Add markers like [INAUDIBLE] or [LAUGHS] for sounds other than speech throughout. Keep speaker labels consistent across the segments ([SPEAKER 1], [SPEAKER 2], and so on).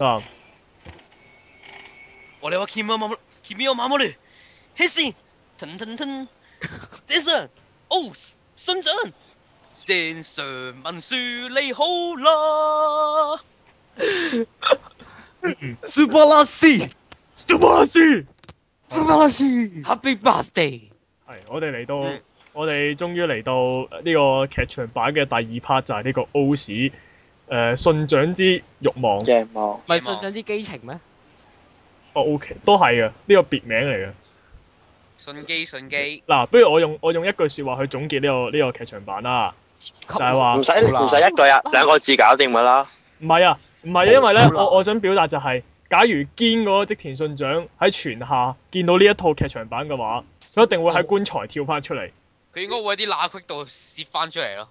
[SPEAKER 1] さあ、
[SPEAKER 2] 俺は君を守る君を守る変身トントントン電信おう信長電信文書你好啦
[SPEAKER 3] 素晴らしい素晴らしい素晴らしい
[SPEAKER 2] ハッピーバースデー
[SPEAKER 1] 係我哋嚟到，
[SPEAKER 2] 嗯
[SPEAKER 1] 我哋終於嚟到呢個劇場版嘅第二 part 就係呢個 O 市誒、呃、信長之慾望
[SPEAKER 4] 夜望
[SPEAKER 3] 唔係信長之基情咩？
[SPEAKER 1] 哦 O K 都係嘅，呢、個別名嚟嘅。
[SPEAKER 2] 信機信機
[SPEAKER 1] 嗱，不如我用我用一句説話去總結呢、個呢、個劇場版啦，
[SPEAKER 3] 就
[SPEAKER 1] 就係話
[SPEAKER 4] 唔使唔使一句啊，兩個字搞掂噶啦。
[SPEAKER 1] 唔係啊，唔係啊因為咧
[SPEAKER 3] 好，啦
[SPEAKER 1] 我我想表達就係、假如堅嗰個織田信長喺泉下見到呢一套劇場版嘅話，佢一定會喺棺材跳翻出嚟。
[SPEAKER 5] 佢應該會喺啲罅隙度攝翻出嚟咯，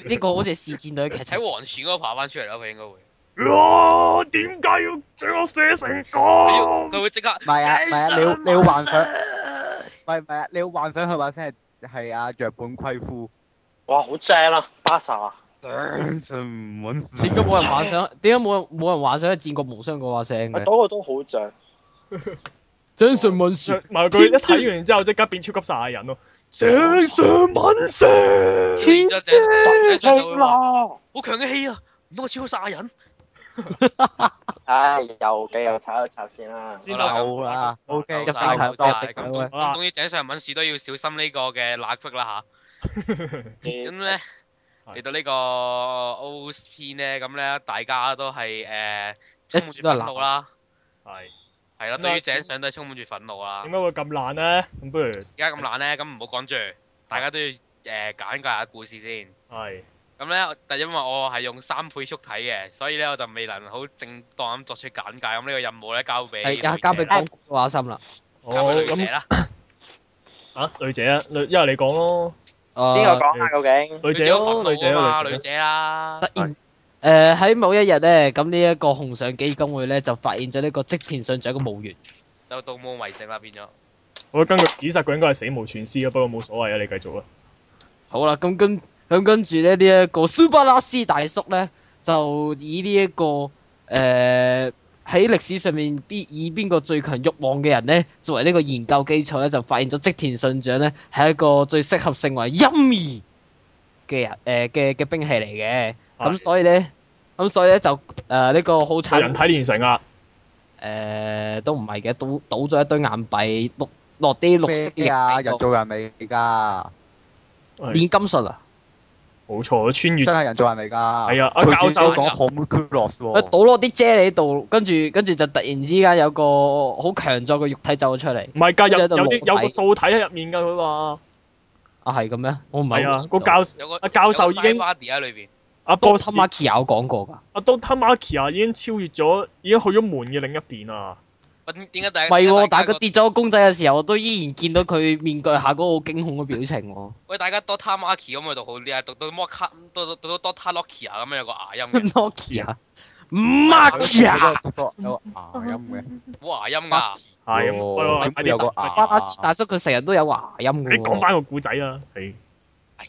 [SPEAKER 3] 呢個好似是戰隊劇
[SPEAKER 5] 喺
[SPEAKER 3] 情，
[SPEAKER 5] 黃泉嗰度爬翻出嚟咯，佢應該會。
[SPEAKER 1] 哇！點解要將我寫成
[SPEAKER 5] 佢要
[SPEAKER 1] 咁？
[SPEAKER 5] 佢會即刻
[SPEAKER 6] 唔係啊，唔係啊，你要你要幻想，唔係唔係啊，你要幻想佢把聲係係阿日本貴夫。
[SPEAKER 4] 哇，好正啊，巴薩啊！
[SPEAKER 6] 頂順唔穩
[SPEAKER 3] 點解冇人幻想？點解冇人冇人幻想戰國無雙嗰把聲
[SPEAKER 4] 啊
[SPEAKER 3] 嘅？
[SPEAKER 4] 嗰個都好正，
[SPEAKER 3] 張信敏
[SPEAKER 1] 唔係佢一睇完之後即刻變超級殺人咯。
[SPEAKER 4] 寫
[SPEAKER 1] 上敏蛇
[SPEAKER 5] 然之後就然之後就會話
[SPEAKER 4] 啦！
[SPEAKER 5] 好強嘅氣啊！唔通我超過殺人？
[SPEAKER 4] 唉，又嘅又炒一炒先啦。
[SPEAKER 5] 好啦
[SPEAKER 6] 夠啦，OK，à,
[SPEAKER 3] 入冰
[SPEAKER 5] 夠晒
[SPEAKER 3] 球
[SPEAKER 5] 夠
[SPEAKER 3] 多敵
[SPEAKER 5] 晒咁
[SPEAKER 3] 咁
[SPEAKER 1] 好啦
[SPEAKER 5] 終於井上敏樹都要小心呢個嘅罅隙啦吓。
[SPEAKER 4] Ờ,
[SPEAKER 5] 咁咧
[SPEAKER 1] 係
[SPEAKER 5] 嚟到呢個 O 篇咧，咁咧大家都係誒
[SPEAKER 3] 一
[SPEAKER 5] 充
[SPEAKER 3] 直
[SPEAKER 5] 滿住
[SPEAKER 3] 都係啊
[SPEAKER 5] 憤怒啦，
[SPEAKER 1] 係
[SPEAKER 5] 係啦，對於井上都係充滿住憤怒啦
[SPEAKER 1] 點。啊解會咁爛咧？咁不如
[SPEAKER 5] 而家咁懶咧，咁唔好講住，大家都要誒簡介下故事先。
[SPEAKER 1] 係
[SPEAKER 5] 咁咧，但因為我係用三倍速睇嘅，所以咧我就未能好正當咁作出簡介。咁呢個任務咧交俾
[SPEAKER 3] 係
[SPEAKER 5] 女
[SPEAKER 3] 交俾
[SPEAKER 5] 姐啦
[SPEAKER 3] 講古話心啦。
[SPEAKER 1] 好
[SPEAKER 5] 交俾女
[SPEAKER 1] 哦咁
[SPEAKER 5] 姐啦。
[SPEAKER 1] 啊，女姐啊，女因為你講咯，
[SPEAKER 4] 邊個
[SPEAKER 3] 誒
[SPEAKER 4] 講啊？究竟
[SPEAKER 1] 女姐
[SPEAKER 5] 好
[SPEAKER 1] 咯，
[SPEAKER 5] 憤
[SPEAKER 1] 女姐
[SPEAKER 5] 怒
[SPEAKER 1] 咯，
[SPEAKER 5] 啊嘛，
[SPEAKER 1] 女
[SPEAKER 5] 女
[SPEAKER 1] 姐
[SPEAKER 5] 姐啦
[SPEAKER 3] 突。然誒喺某一日咧，咁呢一個紅上基金會咧就發現咗呢個織田信長嘅墓園。
[SPEAKER 5] 就盜墓迷城啦，變咗。
[SPEAKER 1] 我根據指實佢應該係死無全屍啊，不過冇所謂啊，你繼續啊。
[SPEAKER 3] 好啦，咁跟咁跟住咧呢一個蘇巴拉斯大叔咧，就以呢、一個誒喺歷史上面邊以邊個最強慾望嘅人咧，作為呢個研究基礎咧，就發現咗織田信長咧係一個最適合成為陰兒嘅人誒嘅嘅兵器嚟嘅。咁
[SPEAKER 1] 係
[SPEAKER 3] 所以咧，咁所以咧就誒呢、個好
[SPEAKER 1] 係人
[SPEAKER 3] 慘
[SPEAKER 1] 體煉成啊，
[SPEAKER 3] 誒、都唔係嘅，倒倒咗一堆硬幣，落落啲綠色嘅
[SPEAKER 6] 咩啊？
[SPEAKER 3] 液體度
[SPEAKER 6] 人造人嚟㗎，
[SPEAKER 1] 係
[SPEAKER 3] 煉金術啊！
[SPEAKER 1] 冇錯，穿越
[SPEAKER 6] 真係人造人嚟㗎。
[SPEAKER 1] 係啊阿
[SPEAKER 6] 佢
[SPEAKER 1] 教授
[SPEAKER 6] 自己都講 homunculus
[SPEAKER 1] 哦
[SPEAKER 3] 佢
[SPEAKER 6] 喎。
[SPEAKER 3] 倒落啲啫喱度，跟住跟住就突然之間有個好強壯嘅肉體走咗出嚟。
[SPEAKER 1] 唔係㗎，有
[SPEAKER 3] 即係喺度
[SPEAKER 1] 有啲
[SPEAKER 3] 裸體
[SPEAKER 1] 有個素體喺入面㗎佢話，
[SPEAKER 3] 啊，係咁咩？我唔
[SPEAKER 1] 係
[SPEAKER 3] 係
[SPEAKER 1] 啊，
[SPEAKER 3] 好知
[SPEAKER 1] 個
[SPEAKER 3] 道
[SPEAKER 1] 教
[SPEAKER 5] 有個
[SPEAKER 1] 阿教授已經
[SPEAKER 5] body 喺裏邊，
[SPEAKER 1] 阿
[SPEAKER 3] 都
[SPEAKER 1] 博士
[SPEAKER 3] 他媽 k 有講過㗎，
[SPEAKER 1] 阿 Doctor Marky 啊已經超越咗，已經去咗門嘅另一邊啊。
[SPEAKER 5] 喂點點解大
[SPEAKER 3] 唔
[SPEAKER 5] 家？
[SPEAKER 3] 係喎，
[SPEAKER 5] 點解大
[SPEAKER 3] 但
[SPEAKER 5] 家
[SPEAKER 3] 係佢跌咗個公仔嘅時候，我都依然見到佢面具下嗰個好驚恐嘅表情
[SPEAKER 5] [LAUGHS]
[SPEAKER 3] 喎。
[SPEAKER 5] 喂大家 Dota Maki 咁去讀好啲啊，讀到 m o c a 讀到到 Dota Nokia 咁樣有個牙音
[SPEAKER 3] [LAUGHS]
[SPEAKER 5] 嘅，
[SPEAKER 3] Nokia，唔 Nokia，
[SPEAKER 6] 佢都有有牙音嘅。
[SPEAKER 5] 好牙音㗎。
[SPEAKER 1] 係咁，
[SPEAKER 6] 哦
[SPEAKER 1] 喂喂喂，
[SPEAKER 6] 咁有個牙
[SPEAKER 3] 巴巴斯大叔佢成日都有牙音
[SPEAKER 1] 你
[SPEAKER 3] 㗎
[SPEAKER 1] 講
[SPEAKER 3] 喎。
[SPEAKER 1] 翻個故仔啊，係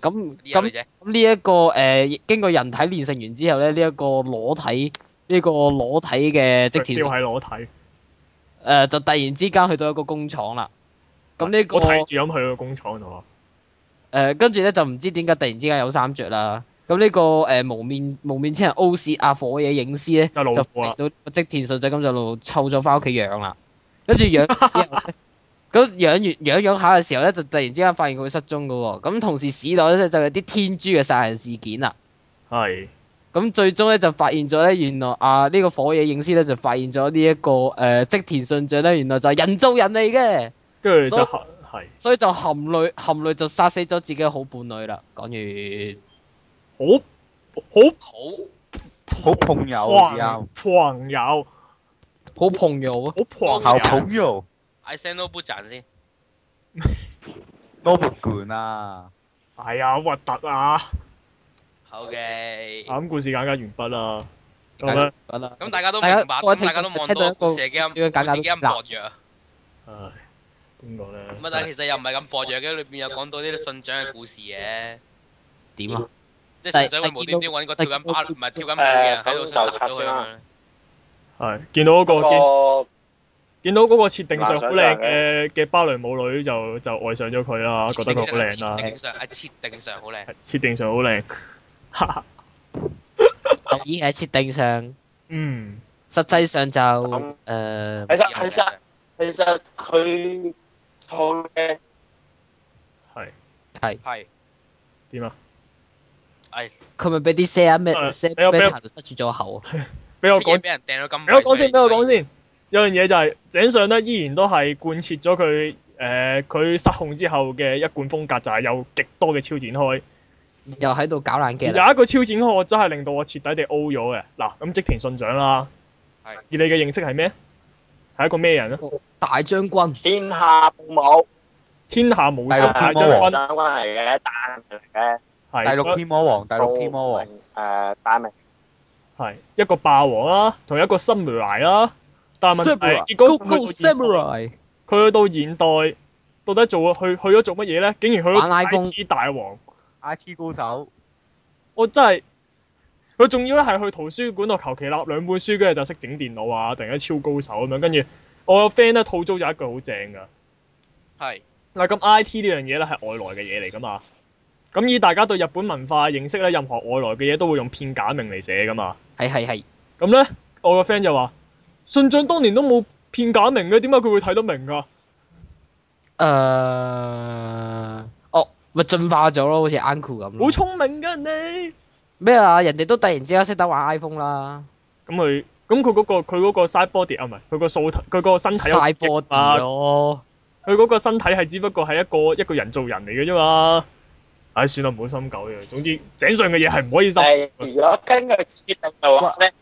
[SPEAKER 3] 咁
[SPEAKER 5] 呢個
[SPEAKER 3] 咁
[SPEAKER 5] 女姐，
[SPEAKER 3] 咁呢一個誒、呃、經過人體煉成完之後咧，呢、一個裸體呢、個裸體嘅
[SPEAKER 1] 掉
[SPEAKER 3] 織田信
[SPEAKER 1] 喺裸體。
[SPEAKER 3] 誒、就突然之間去到一個工廠啦。咁呢、個
[SPEAKER 1] 我睇住咁去個工廠度啊，
[SPEAKER 3] 誒呃跟住咧就唔知點解突然之間有衫着啦。咁呢、個誒、無面無面超人 O 士阿火野影師咧，
[SPEAKER 1] 就老
[SPEAKER 3] 就
[SPEAKER 1] 虎啊
[SPEAKER 3] 嚟到個織田信仔咁就路湊咗翻屋企養啦。跟住
[SPEAKER 1] [LAUGHS]
[SPEAKER 3] 養之後呢咁養完養養下嘅時候咧，就突然之間發現佢失蹤嘅喎。咁同時市內咧就有啲天珠嘅殺人事件啦。啊
[SPEAKER 1] 係
[SPEAKER 3] 咁最終咧就發現咗咧，原來啊呢、個火野影師咧就發現咗呢一個誒、呃、織田信長咧，原來就係人造人嚟嘅，
[SPEAKER 1] 跟住就
[SPEAKER 3] 所
[SPEAKER 1] 係係
[SPEAKER 3] 所以就含淚含淚就殺死咗自己嘅好伴侶啦。講完，
[SPEAKER 1] 好好
[SPEAKER 5] 好
[SPEAKER 6] 好朋友啊，
[SPEAKER 1] 狂狂友，
[SPEAKER 3] 好朋友啊！
[SPEAKER 1] 好狂
[SPEAKER 6] 好
[SPEAKER 1] 友，
[SPEAKER 6] 朋友，
[SPEAKER 5] ，I send no b u t 先。
[SPEAKER 6] 多不管啊。
[SPEAKER 1] 係啊，好核突啊！
[SPEAKER 5] 好嘅。
[SPEAKER 1] 咁故事簡介完畢啦，咁啊
[SPEAKER 3] 咁
[SPEAKER 1] 咧
[SPEAKER 3] 得啦，
[SPEAKER 5] 咁大家都
[SPEAKER 3] 大
[SPEAKER 5] 明
[SPEAKER 3] 家
[SPEAKER 5] 白，
[SPEAKER 3] 各位
[SPEAKER 5] 咁大家都望
[SPEAKER 3] 聽眾聽
[SPEAKER 5] 到
[SPEAKER 3] 到一個
[SPEAKER 5] 故事嘅
[SPEAKER 3] 咁樣
[SPEAKER 5] 音，
[SPEAKER 3] 簡
[SPEAKER 5] 故
[SPEAKER 3] 介
[SPEAKER 5] 事
[SPEAKER 3] 都
[SPEAKER 5] 嘅音薄弱。
[SPEAKER 1] 唉點講咧？
[SPEAKER 5] 咁啊，但係其實又唔係咁薄弱嘅，裏邊有講到呢啲信長嘅故事嘅，
[SPEAKER 3] 點啊？
[SPEAKER 5] 即係
[SPEAKER 3] 但係
[SPEAKER 5] 信長會無端端揾個跳緊芭，
[SPEAKER 3] 但係
[SPEAKER 5] 唔係跳緊舞嘅人
[SPEAKER 4] 誒
[SPEAKER 5] 喺度殺咗佢咁樣。
[SPEAKER 1] 係見到嗰
[SPEAKER 4] 不
[SPEAKER 1] 個見
[SPEAKER 4] 過
[SPEAKER 1] 見到嗰個設定上好
[SPEAKER 4] 幻想
[SPEAKER 1] 靚
[SPEAKER 4] 上
[SPEAKER 1] 嘅嘅芭蕾舞女就就愛上咗佢啦，覺得佢好靚啦
[SPEAKER 5] 設，定上係設定上好靚，
[SPEAKER 1] 設定上好靚， [LAUGHS] 哈哈
[SPEAKER 3] 已經喺設定上，
[SPEAKER 1] 嗯，
[SPEAKER 3] 實際上就呃誒
[SPEAKER 4] 咁其
[SPEAKER 5] dạ,
[SPEAKER 4] 實其實其實佢錯嘅
[SPEAKER 1] 係
[SPEAKER 3] 係
[SPEAKER 5] 係
[SPEAKER 1] 點啊？
[SPEAKER 3] 佢咪俾啲 s e r 咩
[SPEAKER 1] 誒
[SPEAKER 3] s e
[SPEAKER 1] 啊你有
[SPEAKER 3] r
[SPEAKER 1] 俾
[SPEAKER 3] 咩
[SPEAKER 1] 我
[SPEAKER 3] 頭塞住咗口啊？
[SPEAKER 1] 俾我
[SPEAKER 5] 啲
[SPEAKER 1] 講
[SPEAKER 5] 嘢俾人掟到咁。
[SPEAKER 1] 俾我講先，俾我講。先。有樣嘢就係、井上咧，依然都係貫徹咗佢誒佢失控之後嘅一貫風格，就係、有極多嘅超展開。
[SPEAKER 3] 又喺度搞爛嘅啦，
[SPEAKER 1] 有一個超展開，我真係令到我徹底地 O 咗嘅。嗱，咁織田信長啦，
[SPEAKER 5] 係
[SPEAKER 1] 以你嘅認識係咩？係一個咩人啊咧？
[SPEAKER 3] 大將軍
[SPEAKER 4] 天下父母
[SPEAKER 1] 天下無
[SPEAKER 6] 第
[SPEAKER 1] 雙
[SPEAKER 6] 六
[SPEAKER 1] 大
[SPEAKER 6] 天
[SPEAKER 1] 將
[SPEAKER 6] 魔王
[SPEAKER 4] 相
[SPEAKER 1] 軍，
[SPEAKER 4] 關係嘅，但係嘅
[SPEAKER 1] 係
[SPEAKER 6] 第六天魔王，第六天魔王，
[SPEAKER 4] 誒，但係
[SPEAKER 1] 係一個霸王啦，同一個 samurai 啦。但係問題係結果
[SPEAKER 3] Go
[SPEAKER 1] 佢
[SPEAKER 3] Go
[SPEAKER 1] 去到現代
[SPEAKER 3] Samurai，
[SPEAKER 1] 佢去到現代，到底做去去咗做乜嘢咧？竟然去
[SPEAKER 3] 玩拉弓
[SPEAKER 1] 咗 IT 大王。
[SPEAKER 6] I T 高手，
[SPEAKER 1] 我真係佢仲要咧係去圖書館度求其立兩本書，跟住就識整電腦啊，突然間超高手咁樣。跟住我個 friend 咧套租有一句好正㗎，
[SPEAKER 5] 係
[SPEAKER 1] 嗱咁 I T 呢樣嘢咧係外來嘅嘢嚟㗎嘛。咁以大家對日本文化嘅認識咧，任何外來嘅嘢都會用片假名嚟寫㗎嘛。
[SPEAKER 3] 係係係，
[SPEAKER 1] 咁咧我個 friend 就話：信長當年都冇片假名嘅，點解佢會睇得明㗎？
[SPEAKER 3] 誒，哦，咪進化咗咯，好似 Uncle 咁
[SPEAKER 1] 好
[SPEAKER 3] 咯。
[SPEAKER 1] 聰明㗎人哋。
[SPEAKER 3] 咩啊？人哋都突然之間識得玩 iPhone 啦，
[SPEAKER 1] 咁佢咁佢嗰個佢嗰個 side body 啊，唔係佢個素體佢個身體有
[SPEAKER 3] 晒波
[SPEAKER 1] 翼啊
[SPEAKER 3] 啲咯。
[SPEAKER 1] 佢嗰個身體係只不過係一個一個人造人嚟嘅啫嘛。唉、算啦，唔好深究嘅。總之，井上嘅嘢係唔可以深。
[SPEAKER 4] 誒，如果根據設定嘅話咧，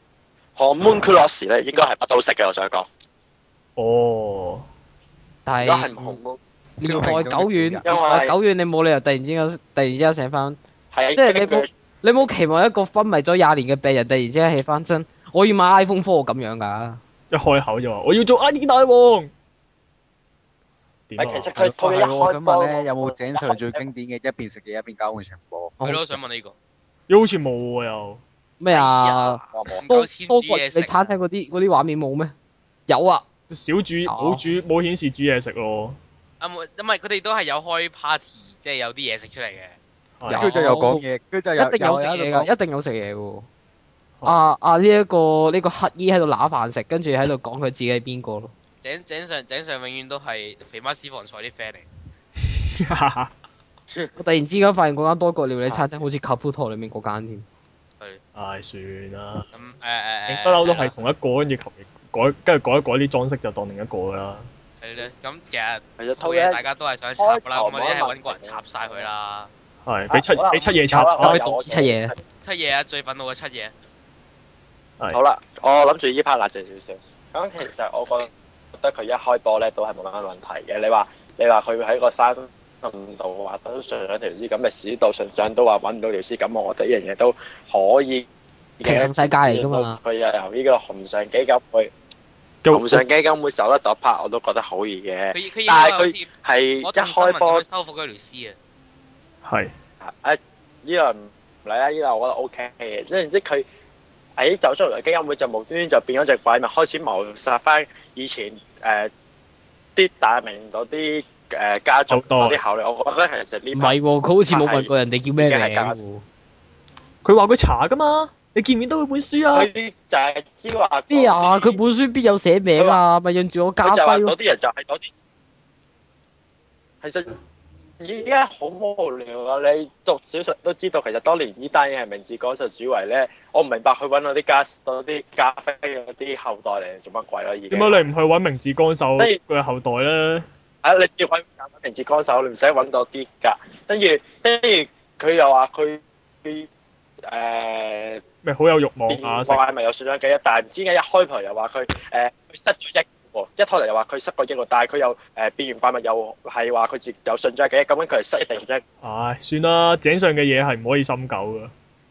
[SPEAKER 4] 韓滿佢落時咧應該係乜都識嘅，我想講。
[SPEAKER 1] 哦，
[SPEAKER 3] 但
[SPEAKER 4] 如果係唔
[SPEAKER 3] 係
[SPEAKER 4] 韓滿，
[SPEAKER 3] 年代久遠，年
[SPEAKER 4] 因為
[SPEAKER 3] 代久遠，你冇理由突然之間突然之間醒翻。
[SPEAKER 4] 係
[SPEAKER 3] 即係你
[SPEAKER 4] 根據
[SPEAKER 3] 冇你冇期望一個昏迷咗廿年嘅病人突然之間起翻身，我要買 iPhone Four 咁樣㗎。
[SPEAKER 1] 一開口就話我要做 ID 大王。點
[SPEAKER 4] 係其
[SPEAKER 1] 啊
[SPEAKER 4] 實？佢套嘢一
[SPEAKER 6] 係喎我
[SPEAKER 4] 開
[SPEAKER 6] 想
[SPEAKER 4] 波
[SPEAKER 6] 問咧，有冇井上最經典嘅一邊食嘢一邊交換情報？
[SPEAKER 3] 我
[SPEAKER 5] 係
[SPEAKER 3] 好
[SPEAKER 5] 咯，想問呢個
[SPEAKER 1] 又好似冇喎又。
[SPEAKER 3] 咩啊？
[SPEAKER 4] 我冇
[SPEAKER 5] 唔
[SPEAKER 3] 多
[SPEAKER 5] 夠千
[SPEAKER 3] 多
[SPEAKER 5] 紙
[SPEAKER 3] 國
[SPEAKER 5] 嘢食
[SPEAKER 3] 你，餐廳嗰啲嗰啲畫面冇咩？有啊，
[SPEAKER 1] 小煮冇
[SPEAKER 3] 哦
[SPEAKER 1] 煮冇顯示煮嘢食咯。
[SPEAKER 5] 啊冇因為佢哋都係有開 party，即係有啲嘢食出嚟嘅。
[SPEAKER 1] 係
[SPEAKER 3] 有
[SPEAKER 6] 跟住就又講嘢，跟住就又
[SPEAKER 3] 一定有食嘢㗎，
[SPEAKER 6] 一
[SPEAKER 3] 一定有食嘢㗎。
[SPEAKER 1] 哦
[SPEAKER 3] 啊啊！呢一個呢個乞衣喺度揦飯食，跟住喺度講佢自己係邊個咯。
[SPEAKER 5] 井井上井上永遠都係肥媽私房菜啲 friend 嚟。
[SPEAKER 3] 我突然之間發現嗰間多國料理餐廳好似卡普托裏面嗰間添。
[SPEAKER 1] 唉，算啦。
[SPEAKER 5] 咁誒誒誒，
[SPEAKER 1] 不嬲都係同一個，跟住求其改，跟住改一改啲裝飾就當另一個㗎啦。
[SPEAKER 5] 係咧。咁其實
[SPEAKER 4] 其實套
[SPEAKER 5] 套
[SPEAKER 4] 嘢
[SPEAKER 5] 啊嘢
[SPEAKER 4] 一
[SPEAKER 5] 大家都係想插啦，咁我哋係揾個人插晒佢啦。
[SPEAKER 1] 係俾七
[SPEAKER 4] 啊好啦
[SPEAKER 1] 俾七夜啊插。
[SPEAKER 4] 好啦
[SPEAKER 3] 我
[SPEAKER 4] 我
[SPEAKER 3] 去
[SPEAKER 4] 有
[SPEAKER 3] 讀
[SPEAKER 4] 我
[SPEAKER 3] 呢出嘢，
[SPEAKER 5] 七嘢啊，最憤怒嘅七嘢。
[SPEAKER 4] 好啦，我諗住依 part 辣靜少少。咁其實我覺得佢一開波咧都係冇乜問題嘅。你話你話佢喺個山洞度啊話都上兩條屍，咁歷史道上長都話揾唔到條屍，咁我覺得呢樣嘢都可以
[SPEAKER 3] 平行
[SPEAKER 4] 嘅。
[SPEAKER 3] 世界嚟㗎嘛。
[SPEAKER 4] 佢又由呢個紅上基金會，
[SPEAKER 1] 就
[SPEAKER 4] 紅上基金會走得咗 part，我都覺得可以嘅。
[SPEAKER 5] 佢佢應
[SPEAKER 4] 但
[SPEAKER 5] 該
[SPEAKER 4] 係
[SPEAKER 5] 好
[SPEAKER 4] 佢
[SPEAKER 5] 似
[SPEAKER 4] 係一
[SPEAKER 5] 我同新聞
[SPEAKER 4] 開
[SPEAKER 5] 咁
[SPEAKER 4] 波
[SPEAKER 5] 樣，收復嗰條屍啊。
[SPEAKER 1] 係
[SPEAKER 4] 啊依輪唔嚟啦，依輪我覺得 O K 嘅，即係即佢喺走出嚟基金會就無端端就變咗隻鬼，咪開始謀殺翻以前誒呃啲、大明嗰啲誒家族
[SPEAKER 1] 後代
[SPEAKER 4] 嗰啲後裔。我覺得其實呢
[SPEAKER 3] 唔
[SPEAKER 4] 排
[SPEAKER 3] 係喎，佢好似冇問過人哋叫咩名
[SPEAKER 4] 已經係
[SPEAKER 3] 喎。
[SPEAKER 1] 佢話佢查㗎嘛，你見唔見到佢本書啊？
[SPEAKER 4] 佢啲就係知話嗰啲
[SPEAKER 3] 咩啊？佢本書邊有寫名啊？咪印住我家
[SPEAKER 4] 佢就話
[SPEAKER 3] 徽
[SPEAKER 4] 嗰
[SPEAKER 3] 咯。
[SPEAKER 4] 啲人就係嗰啲，其實。依家好無聊啊！你讀小説都知道，其實當年呢單嘢係明治講述主為咧，我唔明白佢揾嗰啲家嗰啲咖啡嗰啲後代嚟做乜鬼咯？啊已經
[SPEAKER 1] 點解你唔去揾明治光秀
[SPEAKER 4] 即係
[SPEAKER 1] 佢後代咧？
[SPEAKER 4] 啊！你要揾明治光手，你唔使揾多啲㗎。跟住，跟住佢又話佢佢誒
[SPEAKER 1] 咩好有欲望啊？成
[SPEAKER 4] 怪咪有信長記一，但係唔知點解一開頭又話佢誒佢失咗億喎，一開頭又話佢失過億喎，但係佢又誒、呃、變完怪物又係話佢自有信長記一，咁樣佢係失一定信長記
[SPEAKER 1] 唉，算啦，井上嘅嘢係唔可以深究嘅，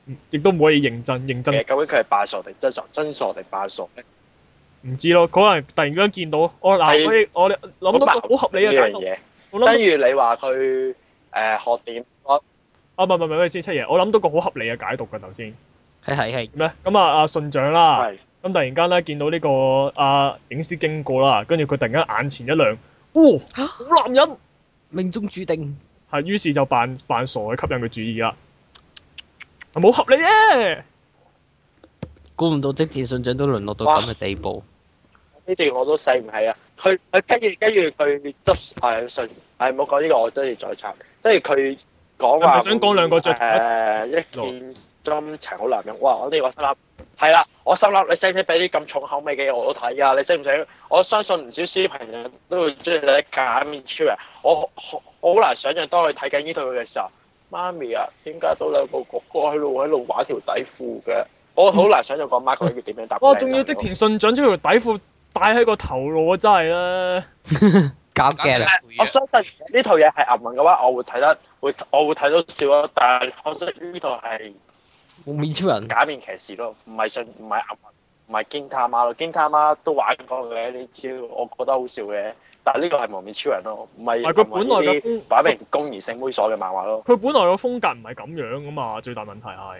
[SPEAKER 1] 嗯亦都唔可以認真認真
[SPEAKER 4] 嘅，。究竟佢係扮傻定真傻，真傻定扮傻咧？
[SPEAKER 1] 唔知咯，可能突然間見到，我嗱，
[SPEAKER 4] 係
[SPEAKER 1] 所以我哋諗到個好合理嘅
[SPEAKER 4] 呢
[SPEAKER 1] 解
[SPEAKER 4] 樣
[SPEAKER 1] 讀。
[SPEAKER 4] 嘢。
[SPEAKER 1] 我
[SPEAKER 4] 跟
[SPEAKER 1] 諗
[SPEAKER 4] 住你話佢誒學點我
[SPEAKER 1] 啊，唔係唔係唔係先七爺，我諗到個好合理嘅解讀㗎頭先。
[SPEAKER 3] 係係係。
[SPEAKER 1] 咩？咁啊，阿信長啦，
[SPEAKER 4] 係
[SPEAKER 1] 咁突然間咧見到呢、個啊影師經過啦，跟住佢突然間眼前一亮，哦，好男人，
[SPEAKER 3] 命中注定。
[SPEAKER 1] 係於是就扮扮傻去吸引佢注意啦。係冇合理啫，
[SPEAKER 3] 估唔到職戰信長都淪落到咁嘅地步。
[SPEAKER 4] 呢段我都細唔係啊！佢佢跟住跟住佢執誒信，誒唔好講呢個，我都要再插。跟住佢講
[SPEAKER 1] 係
[SPEAKER 4] 話
[SPEAKER 1] 咪想講兩個着
[SPEAKER 4] 誒一見鍾情好男人，哇！我呢個心諗係啦，我心諗你使唔使俾啲咁重口味嘅嘢我都睇㗎？你使唔使？我相信唔少書朋友都會中意睇假面超人。我我我好難想像當佢睇緊呢套嘅時候，媽咪啊，點解到兩個哥哥喺度喺度玩條底褲嘅？
[SPEAKER 1] [LAUGHS]
[SPEAKER 4] 我好難想像個媽佢要點樣答。
[SPEAKER 1] 哇！仲要織田信長將條底褲戴喺個頭度，我真係咧。
[SPEAKER 3] 搞
[SPEAKER 5] 簡
[SPEAKER 3] 嘅
[SPEAKER 5] 直
[SPEAKER 3] 啦，
[SPEAKER 5] 攰
[SPEAKER 4] 我
[SPEAKER 5] 啊
[SPEAKER 4] 相信呢套嘢係暗文嘅話，我會睇得會我會睇到笑咯。但係可惜呢套係
[SPEAKER 3] 蒙面超人。
[SPEAKER 4] 假面騎士咯，唔係信唔係暗文，唔係堅他媽咯。堅他媽都玩過嘅呢招，我覺得好笑嘅。但係呢個係蒙面超人咯，唔係
[SPEAKER 1] 係佢本來
[SPEAKER 4] 唔係
[SPEAKER 1] 嘅
[SPEAKER 4] 呢啲
[SPEAKER 1] 風
[SPEAKER 4] 擺明公然性猥瑣嘅漫畫咯。
[SPEAKER 1] 佢本來個風格唔係咁樣噶嘛，最大問題係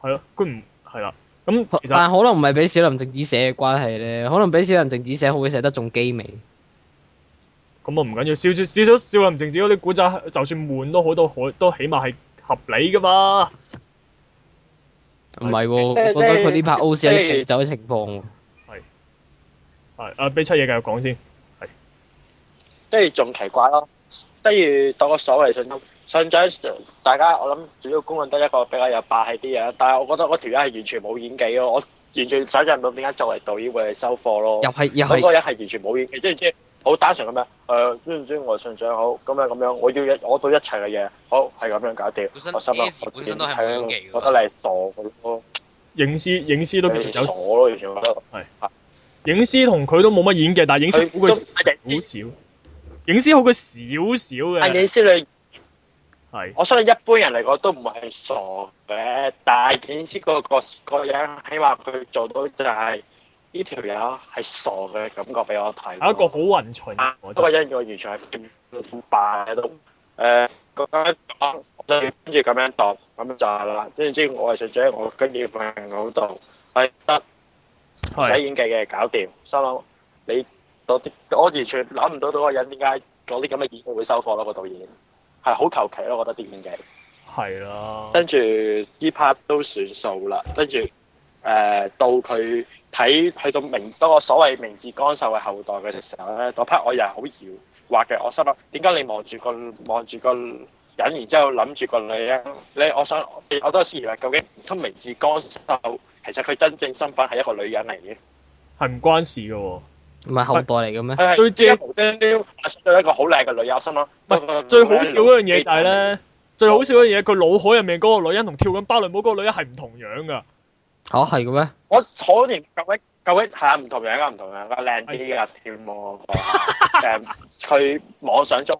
[SPEAKER 1] 係咯，佢唔係啦。咁其實
[SPEAKER 3] 但可能唔係俾小林靜子寫嘅關係咧，可能俾小林靜子寫好嘅寫得仲機微。
[SPEAKER 1] 咁啊我唔緊要，少少少少少林靜止嗰啲古仔，就算悶都好，都可都起碼係合理噶嘛。
[SPEAKER 3] 唔係喎，我
[SPEAKER 4] 即係
[SPEAKER 3] 覺得佢呢排 O
[SPEAKER 4] 即
[SPEAKER 3] C
[SPEAKER 4] 係
[SPEAKER 3] 有啲走嘅情況喎。
[SPEAKER 1] 係啊，俾七嘢繼續講先。
[SPEAKER 4] 跟住仲奇怪咯，跟住當個所謂信心信長，大家我諗主要公允得一個比較有霸氣啲嘅，但係我覺得嗰條友係完全冇演技咯，我完全想象唔到點解作為導演會係收貨咯。
[SPEAKER 3] 又係又
[SPEAKER 4] 嗰個
[SPEAKER 3] 係
[SPEAKER 4] 人係完全冇演技，即係即係好單純咁樣。誒、知唔知我係信長好咁樣咁樣，我要一我到一齊嘅嘢，好係咁樣搞掂。
[SPEAKER 5] 本身
[SPEAKER 4] 我心
[SPEAKER 5] A 字
[SPEAKER 4] 諗
[SPEAKER 5] 本身都係冇演技㗎
[SPEAKER 4] 我覺得你係傻嘅咯，
[SPEAKER 1] 影師影師都叫
[SPEAKER 4] 你
[SPEAKER 1] 做有
[SPEAKER 4] 傻咯，完全覺得。
[SPEAKER 1] 影師同佢都冇乜演技，但係影師好佢少少，影師好佢少少
[SPEAKER 4] 但
[SPEAKER 1] 嘅
[SPEAKER 4] 影師你，
[SPEAKER 1] 係
[SPEAKER 4] 我相信一般人嚟講都唔係傻嘅，但係影師個個個人起碼佢做到就係呢條友係傻嘅感覺俾我睇。
[SPEAKER 1] 係一個好混純嘅
[SPEAKER 4] 啊！
[SPEAKER 1] 我
[SPEAKER 4] 不
[SPEAKER 1] 真
[SPEAKER 4] 過
[SPEAKER 1] 係。
[SPEAKER 4] 因為我完全係腐敗喺度，誒嗯咁樣講，就跟住咁樣度，咁就係啦。跟住之後我係想將我跟住份嗰度係得唔使
[SPEAKER 1] 係
[SPEAKER 4] 演技嘅搞掂，心諗你嗰啲我完全諗唔到嗰個人點解嗰啲咁嘅演技會收貨咯，個導演係好求其咯，我覺得啲演技。
[SPEAKER 1] 係啦，
[SPEAKER 4] 跟住呢 part 都算數啦，跟住誒到佢睇去到明當我所謂明治光秀嘅後代嘅時候咧，嗰 part 我又係好疑惑嘅，我心諗點解你望住個望住個人，然之後諗住個女人，你我想我都有時疑惑，究竟唔通明治光秀其實佢真正身份係一個女人嚟嘅？
[SPEAKER 1] 係唔關事嘅喎。
[SPEAKER 3] 唔係後代嚟嘅咩？
[SPEAKER 4] 佢係
[SPEAKER 1] 最正
[SPEAKER 4] 點解無端端發生咗一個好靚嘅女人，我心諗
[SPEAKER 1] 唔
[SPEAKER 4] 係
[SPEAKER 1] 最好笑嗰樣嘢就係，啊咧，最好笑嗰樣嘢，佢腦海入面嗰個女人同跳緊芭蕾舞嗰個女人係唔同樣噶。
[SPEAKER 3] 嚇係嘅咩？
[SPEAKER 4] 我可能究竟究竟係啊唔同樣啊唔同樣啊靚啲啊添喎，誒佢網上中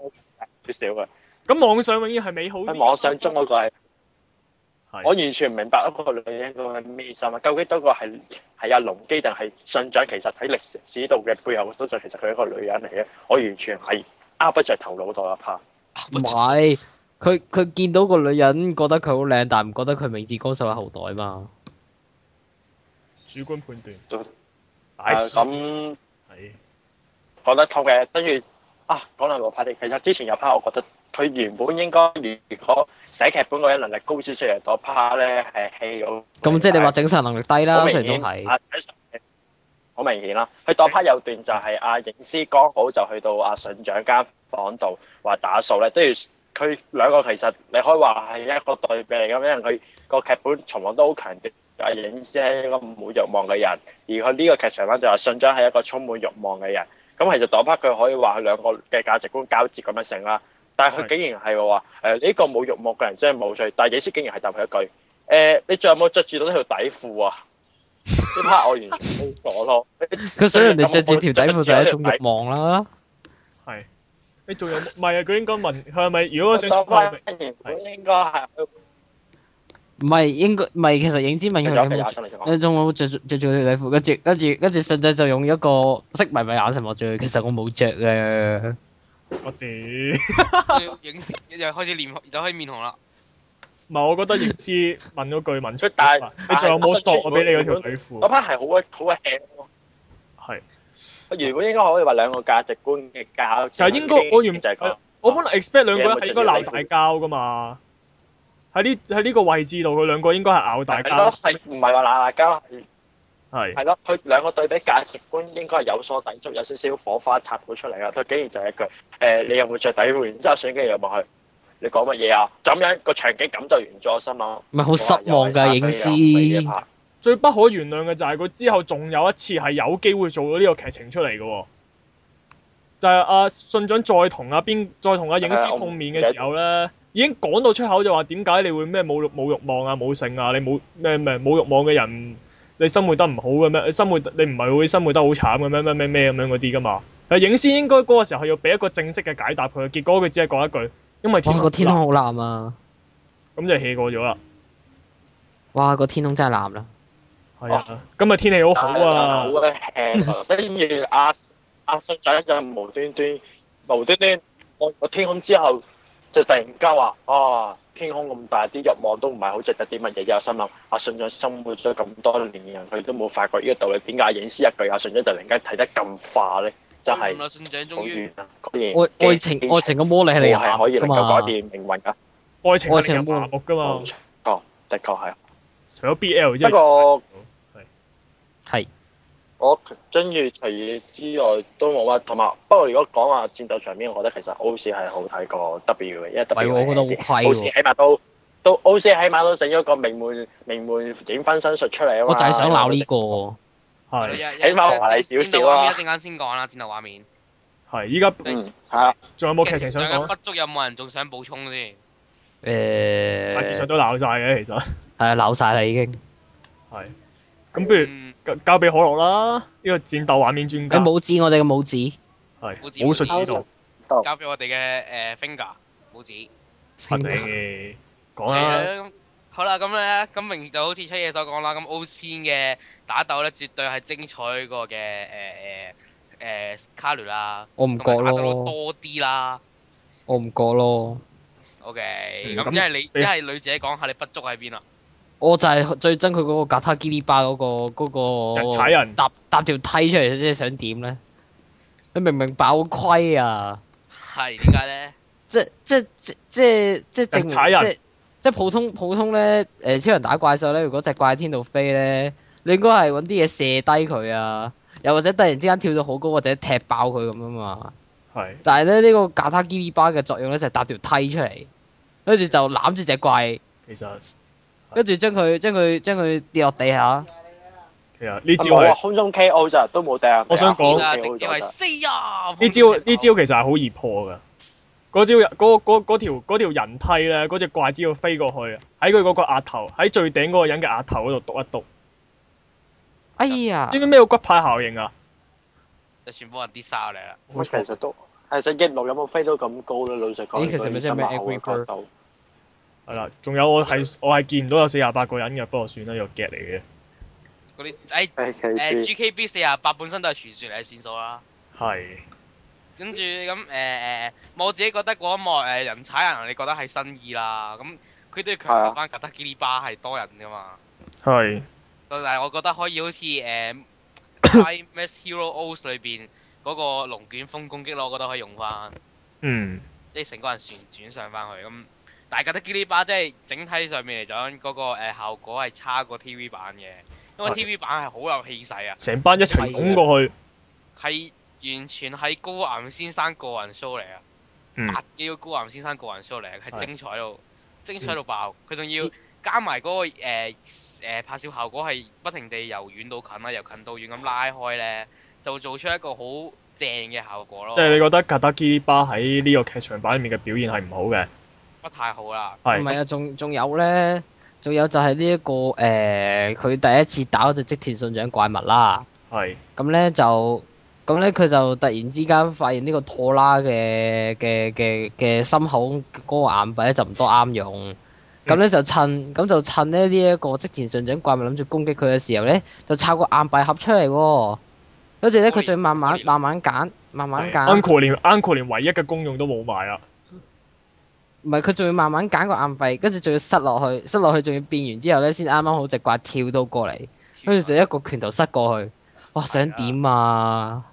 [SPEAKER 4] 少少嘅，
[SPEAKER 1] 咁網上永遠係美好
[SPEAKER 4] 佢
[SPEAKER 1] 啲。
[SPEAKER 4] 網上中嗰個係
[SPEAKER 1] 係
[SPEAKER 4] 我完全唔明白嗰個女人嗰個係咩心啊？究竟嗰個係係阿龍基定係信長？其實喺歷史度嘅背後都就其實佢係一個女人嚟嘅，我完全係拗不着頭腦度啊一
[SPEAKER 3] 唔
[SPEAKER 4] part。
[SPEAKER 3] 係，佢佢見到個女人覺得佢好靚，但唔覺得佢明治光秀嘅後代嘛。
[SPEAKER 1] 主觀判斷。
[SPEAKER 4] 都
[SPEAKER 1] 大事
[SPEAKER 4] 誒啊咁
[SPEAKER 1] 係
[SPEAKER 4] 講得通嘅，跟住啊講兩個 part 啲。其實之前有 part 我覺得佢原本應該如果寫劇本嗰人能力高少少嚟嗰 part 咧係戲嗰個
[SPEAKER 3] 咁即係你話整神能力低
[SPEAKER 4] 好
[SPEAKER 3] 啦，
[SPEAKER 4] 明
[SPEAKER 3] 雖
[SPEAKER 4] 顯
[SPEAKER 3] 然都係。
[SPEAKER 4] 啊睇上去好明顯啦。佢當 part 有段就係阿影師剛好就去到阿信長間房度話打掃咧，跟住佢兩個其實你可以話係一個對比嚟咁，因為佢個劇本從來都好強調阿影師係一個冇慾望嘅人，而佢呢個劇場版就係信長係一個充滿慾望嘅人。咁其實當 part 佢可以話佢兩個嘅價值觀交接咁樣成啦。但係佢竟然係話誒呢個冇慾望嘅人真係冇罪，但係影師竟然係答佢一句誒、你仲有冇着住到呢條底褲啊？呢 part 我完全冇咗咯。
[SPEAKER 3] 佢想人哋着住條底褲就係一種慾望啦。
[SPEAKER 1] 係。你仲有冇唔係啊？佢應該問佢係咪？如果想出
[SPEAKER 4] 當
[SPEAKER 1] 後
[SPEAKER 4] part 原本應該係
[SPEAKER 3] 唔係應該，唔係其實影子問佢
[SPEAKER 4] 有
[SPEAKER 3] 有
[SPEAKER 4] 嘅
[SPEAKER 3] 冇
[SPEAKER 4] 有
[SPEAKER 3] 着
[SPEAKER 4] 出嚟講。
[SPEAKER 3] 你仲有冇着住着住條底褲？跟住跟住跟住信仔就用一個色迷迷眼神望住佢，其實我冇着嘅。
[SPEAKER 1] 我屌！
[SPEAKER 5] 影又開始面又開始面紅啦。
[SPEAKER 1] 唔係，我覺得亦師
[SPEAKER 4] [LAUGHS]
[SPEAKER 1] 問嗰句問出
[SPEAKER 4] 但係
[SPEAKER 1] 嚟，你仲有冇索我俾你嗰條底
[SPEAKER 4] 嗰
[SPEAKER 1] 褲？
[SPEAKER 4] part 係好鬼好鬼 h 咯。
[SPEAKER 1] 係，
[SPEAKER 4] 原本應該可以話兩個價值觀嘅交
[SPEAKER 1] 其實應該我原
[SPEAKER 4] 就係講啊
[SPEAKER 1] 我本來 expect 兩個人係應該
[SPEAKER 4] 有冇
[SPEAKER 1] 鬧
[SPEAKER 4] 着
[SPEAKER 1] 大
[SPEAKER 4] 住底褲
[SPEAKER 1] 交噶嘛。喺呢喺呢個位置度，佢兩個應該係拗大
[SPEAKER 4] 係咯，
[SPEAKER 1] 交，
[SPEAKER 4] 係唔係話鬧大家
[SPEAKER 1] 係
[SPEAKER 4] 係咯？佢兩個對比價值觀應該係有所抵觸，有少少火花擦到出嚟啦。佢竟然就係一句誒，你有冇着底褲？然之後相機又望佢，你講乜嘢啊？就咁樣個場景咁就完咗，我心諗
[SPEAKER 3] 唔係好失望㗎影師。
[SPEAKER 4] 師。
[SPEAKER 1] 最不可原諒嘅就係佢之後仲有一次係有機會做到呢個劇情出嚟嘅喎，就係阿信長再同阿邊再同阿影師碰面嘅時候咧，已經講到出口就話點解你會咩冇慾冇慾望啊冇性啊你冇咩咩冇慾望嘅人你生活得唔好嘅咩？你生活你唔係會生活得好慘嘅咩咩咩咩咁樣嗰啲噶嘛？但係影師應該嗰個時候係要俾一個正式嘅解答佢，結果佢只係講一句，因為
[SPEAKER 3] 哇！個
[SPEAKER 1] 天
[SPEAKER 3] 天
[SPEAKER 1] 空
[SPEAKER 3] 空
[SPEAKER 1] 藍
[SPEAKER 3] 好藍啊！
[SPEAKER 1] 咁就 hea 過咗啦，
[SPEAKER 3] 哇！個天空真係藍
[SPEAKER 4] [LAUGHS]
[SPEAKER 3] 啦。
[SPEAKER 1] 係啊，今日天氣好好啊
[SPEAKER 4] 好，鬼 h 跟住阿阿信仔就無端端無端端我我天空之後就突然間話啊天空咁大啲慾望都唔係好值得啲乜嘢，有心諗阿信長生活咗咁多年人，佢都冇發覺呢個道理，點解影師一句阿信長突然間睇得咁化咧？真係
[SPEAKER 5] 嗯啦，信長
[SPEAKER 4] 好
[SPEAKER 5] 終於
[SPEAKER 4] 遠啊！果然
[SPEAKER 3] 愛愛情愛情嘅魔力係你
[SPEAKER 4] 係可以
[SPEAKER 3] 藍㗎
[SPEAKER 4] 能夠
[SPEAKER 3] 嘛
[SPEAKER 4] 改？變命運噶，
[SPEAKER 1] 愛情
[SPEAKER 3] 愛
[SPEAKER 1] 係
[SPEAKER 3] 情
[SPEAKER 1] 令人麻木噶嘛
[SPEAKER 5] 哦
[SPEAKER 4] 冇。錯，的確係。
[SPEAKER 1] 除咗 BL 之
[SPEAKER 4] 不
[SPEAKER 1] 外，
[SPEAKER 4] 過
[SPEAKER 3] 係
[SPEAKER 4] 我跟住除嘢之外都冇乜，同埋不過如果講話戰鬥場面，我覺得其實 O C 係好睇過 W 嘅，因為
[SPEAKER 3] 喂
[SPEAKER 4] W
[SPEAKER 3] 我覺得好虧喎
[SPEAKER 4] O C 起碼都都 O C 起碼都整咗個名門名門影分身術出嚟啊嘛，
[SPEAKER 3] 我就係想鬧呢個。
[SPEAKER 5] 係啊
[SPEAKER 1] 係
[SPEAKER 5] 啦
[SPEAKER 4] 起碼華麗少少啊
[SPEAKER 5] 戰鬥畫面一陣間先講啦，戰鬥畫面。
[SPEAKER 1] 係，依家
[SPEAKER 4] 嗯係啊，
[SPEAKER 1] 仲有冇劇
[SPEAKER 5] 劇
[SPEAKER 1] 情
[SPEAKER 5] 情
[SPEAKER 1] 想
[SPEAKER 5] 上嘅
[SPEAKER 1] 講？
[SPEAKER 5] 不足有冇人仲想補充先？
[SPEAKER 1] 大致上
[SPEAKER 3] 誒
[SPEAKER 1] 都鬧晒嘅，其實
[SPEAKER 3] 係啊，鬧晒啦已經。
[SPEAKER 1] 係。咁不如
[SPEAKER 5] 嗯
[SPEAKER 1] 交交俾可樂啦，呢個戰鬥畫面專
[SPEAKER 3] 你
[SPEAKER 1] 家係
[SPEAKER 3] 冇指我哋嘅拇指，
[SPEAKER 1] 武術指導，
[SPEAKER 5] 交俾我哋嘅誒 finger 拇指。
[SPEAKER 1] 肯定講啦。
[SPEAKER 5] 係啊咁好啦，咁咧，咁明就好似出嘢所講啦，咁 O 篇嘅打鬥咧，絕對係精彩過嘅誒誒誒卡雷啦，
[SPEAKER 3] 我唔
[SPEAKER 5] 同
[SPEAKER 3] 覺
[SPEAKER 5] 埋打鬥
[SPEAKER 3] 咯，
[SPEAKER 5] 多啲啦。
[SPEAKER 3] 我唔覺咯。
[SPEAKER 5] OK，
[SPEAKER 1] 嗯
[SPEAKER 5] 咁
[SPEAKER 1] 咁
[SPEAKER 5] 一係你
[SPEAKER 1] 你
[SPEAKER 5] 一係女仔講下你不足喺邊啦。
[SPEAKER 3] 我就係最憎佢嗰個格塔基里巴嗰個嗰
[SPEAKER 1] 人
[SPEAKER 3] 個
[SPEAKER 1] 踩人
[SPEAKER 3] 搭搭條梯出嚟，即係想點咧？你明唔明爆虧啊？
[SPEAKER 5] 係點解咧？
[SPEAKER 3] 即即即即即證
[SPEAKER 1] 人踩人
[SPEAKER 3] 明即即普通普通咧誒超人打怪獸咧，如果隻怪喺天度飛咧，你應該係揾啲嘢射低佢啊，又或者突然之間跳到好高或者踢爆佢咁啊嘛。
[SPEAKER 1] 係
[SPEAKER 3] 但係咧呢、呢個架他基里巴嘅作用咧就係搭條梯出嚟，跟住就攬住隻怪，
[SPEAKER 1] 其實
[SPEAKER 3] 跟住將佢將佢將佢跌落地下。
[SPEAKER 1] 其實呢招
[SPEAKER 4] 冇啊
[SPEAKER 1] 係
[SPEAKER 4] 空中 K O 咋，都冇掟。
[SPEAKER 1] 我想講
[SPEAKER 5] 點啊，直
[SPEAKER 4] KO
[SPEAKER 5] 接
[SPEAKER 4] 咗
[SPEAKER 5] 係
[SPEAKER 4] 咋
[SPEAKER 5] say 啊！
[SPEAKER 1] 呢招呢招其實係好易破㗎。嗰招嗰嗰嗰條嗰條人梯咧，嗰只怪只要飛過去，喺佢嗰個額頭，喺最頂嗰個人嘅額頭嗰度篤一篤。
[SPEAKER 3] 哎呀
[SPEAKER 4] 啊
[SPEAKER 1] 知，唔知咩叫骨牌效應啊？
[SPEAKER 5] 就全部人跌晒我哋啦。
[SPEAKER 1] 冇
[SPEAKER 4] 我其
[SPEAKER 1] 錯，
[SPEAKER 4] 實都係實一路有冇飛到咁高咧？老實講，
[SPEAKER 3] 咦其實咪真係咩
[SPEAKER 4] 如果以
[SPEAKER 3] Angry Bird？
[SPEAKER 4] 深入角度
[SPEAKER 1] 係啦。仲有我係我係見唔到有四廿八個人嘅，不過算啦，有 get 嚟嘅。
[SPEAKER 5] 嗰啲哎誒
[SPEAKER 4] [LAUGHS] 係其
[SPEAKER 5] 誒
[SPEAKER 4] 實
[SPEAKER 5] GKB 四廿八本身都係傳説嚟，算數啦。
[SPEAKER 1] 係。
[SPEAKER 5] 跟住咁誒誒，我自己覺得嗰一幕誒人踩人，你覺得係新意啦。咁佢都要強調翻吉德基里巴係多人噶嘛。
[SPEAKER 1] 係
[SPEAKER 5] 但係我覺得可以好似誒《MS Hero Os》裏邊嗰個龍捲風攻擊咯，我覺得可以用翻，
[SPEAKER 1] 嗯，
[SPEAKER 5] 即係成個人旋轉上翻去咁。但係吉德基里巴即係整體上面嚟講，嗰、個、誒效果係差過 TV 版嘅，因為
[SPEAKER 1] 係
[SPEAKER 5] TV 版係好有氣勢啊，
[SPEAKER 1] 成班一齊拱過去，
[SPEAKER 5] 係完全係高岩先生個人 show 嚟啊！
[SPEAKER 1] 嗯，
[SPEAKER 5] 百幾個高岩先生個人 show 嚟，
[SPEAKER 1] 係
[SPEAKER 5] 係
[SPEAKER 1] 嗯
[SPEAKER 5] 精彩到精彩到爆。佢仲要加埋嗰、個誒誒、拍攝效果係不停地由遠到近啦，由近到遠咁拉開咧，就做出一個好正嘅效果咯。
[SPEAKER 1] 即係你覺啊得格德基巴喺呢個劇場版裏面嘅表現係唔好嘅，
[SPEAKER 5] 不太好啦，
[SPEAKER 3] 唔
[SPEAKER 1] 係
[SPEAKER 3] 係啊，仲仲有咧，仲有就係呢一個誒，呃佢、第一次打嗰只織田信長怪物啦。
[SPEAKER 1] 係
[SPEAKER 3] 咁咧就咁咧，佢就突然之間發現呢個拖拉嘅嘅嘅嘅心口嗰個硬幣咧就唔多啱
[SPEAKER 1] 嗯
[SPEAKER 3] 用。咁咧就趁咁就趁咧呢一個織田信長怪物諗住攻擊佢嘅時候咧，就抄個硬幣盒出嚟喎。跟住咧，佢就慢慢慢慢揀，慢慢
[SPEAKER 1] 係
[SPEAKER 3] 揀。
[SPEAKER 1] 啊 Uncle 連 Uncle 連唯一嘅功用都冇埋啦，
[SPEAKER 3] 唔係佢仲要慢慢揀個硬幣，跟住仲要塞落去，塞落去仲要變完之後咧，先啱啱好只怪跳到過嚟，跟住就一個拳頭塞過去。哇！想點啊？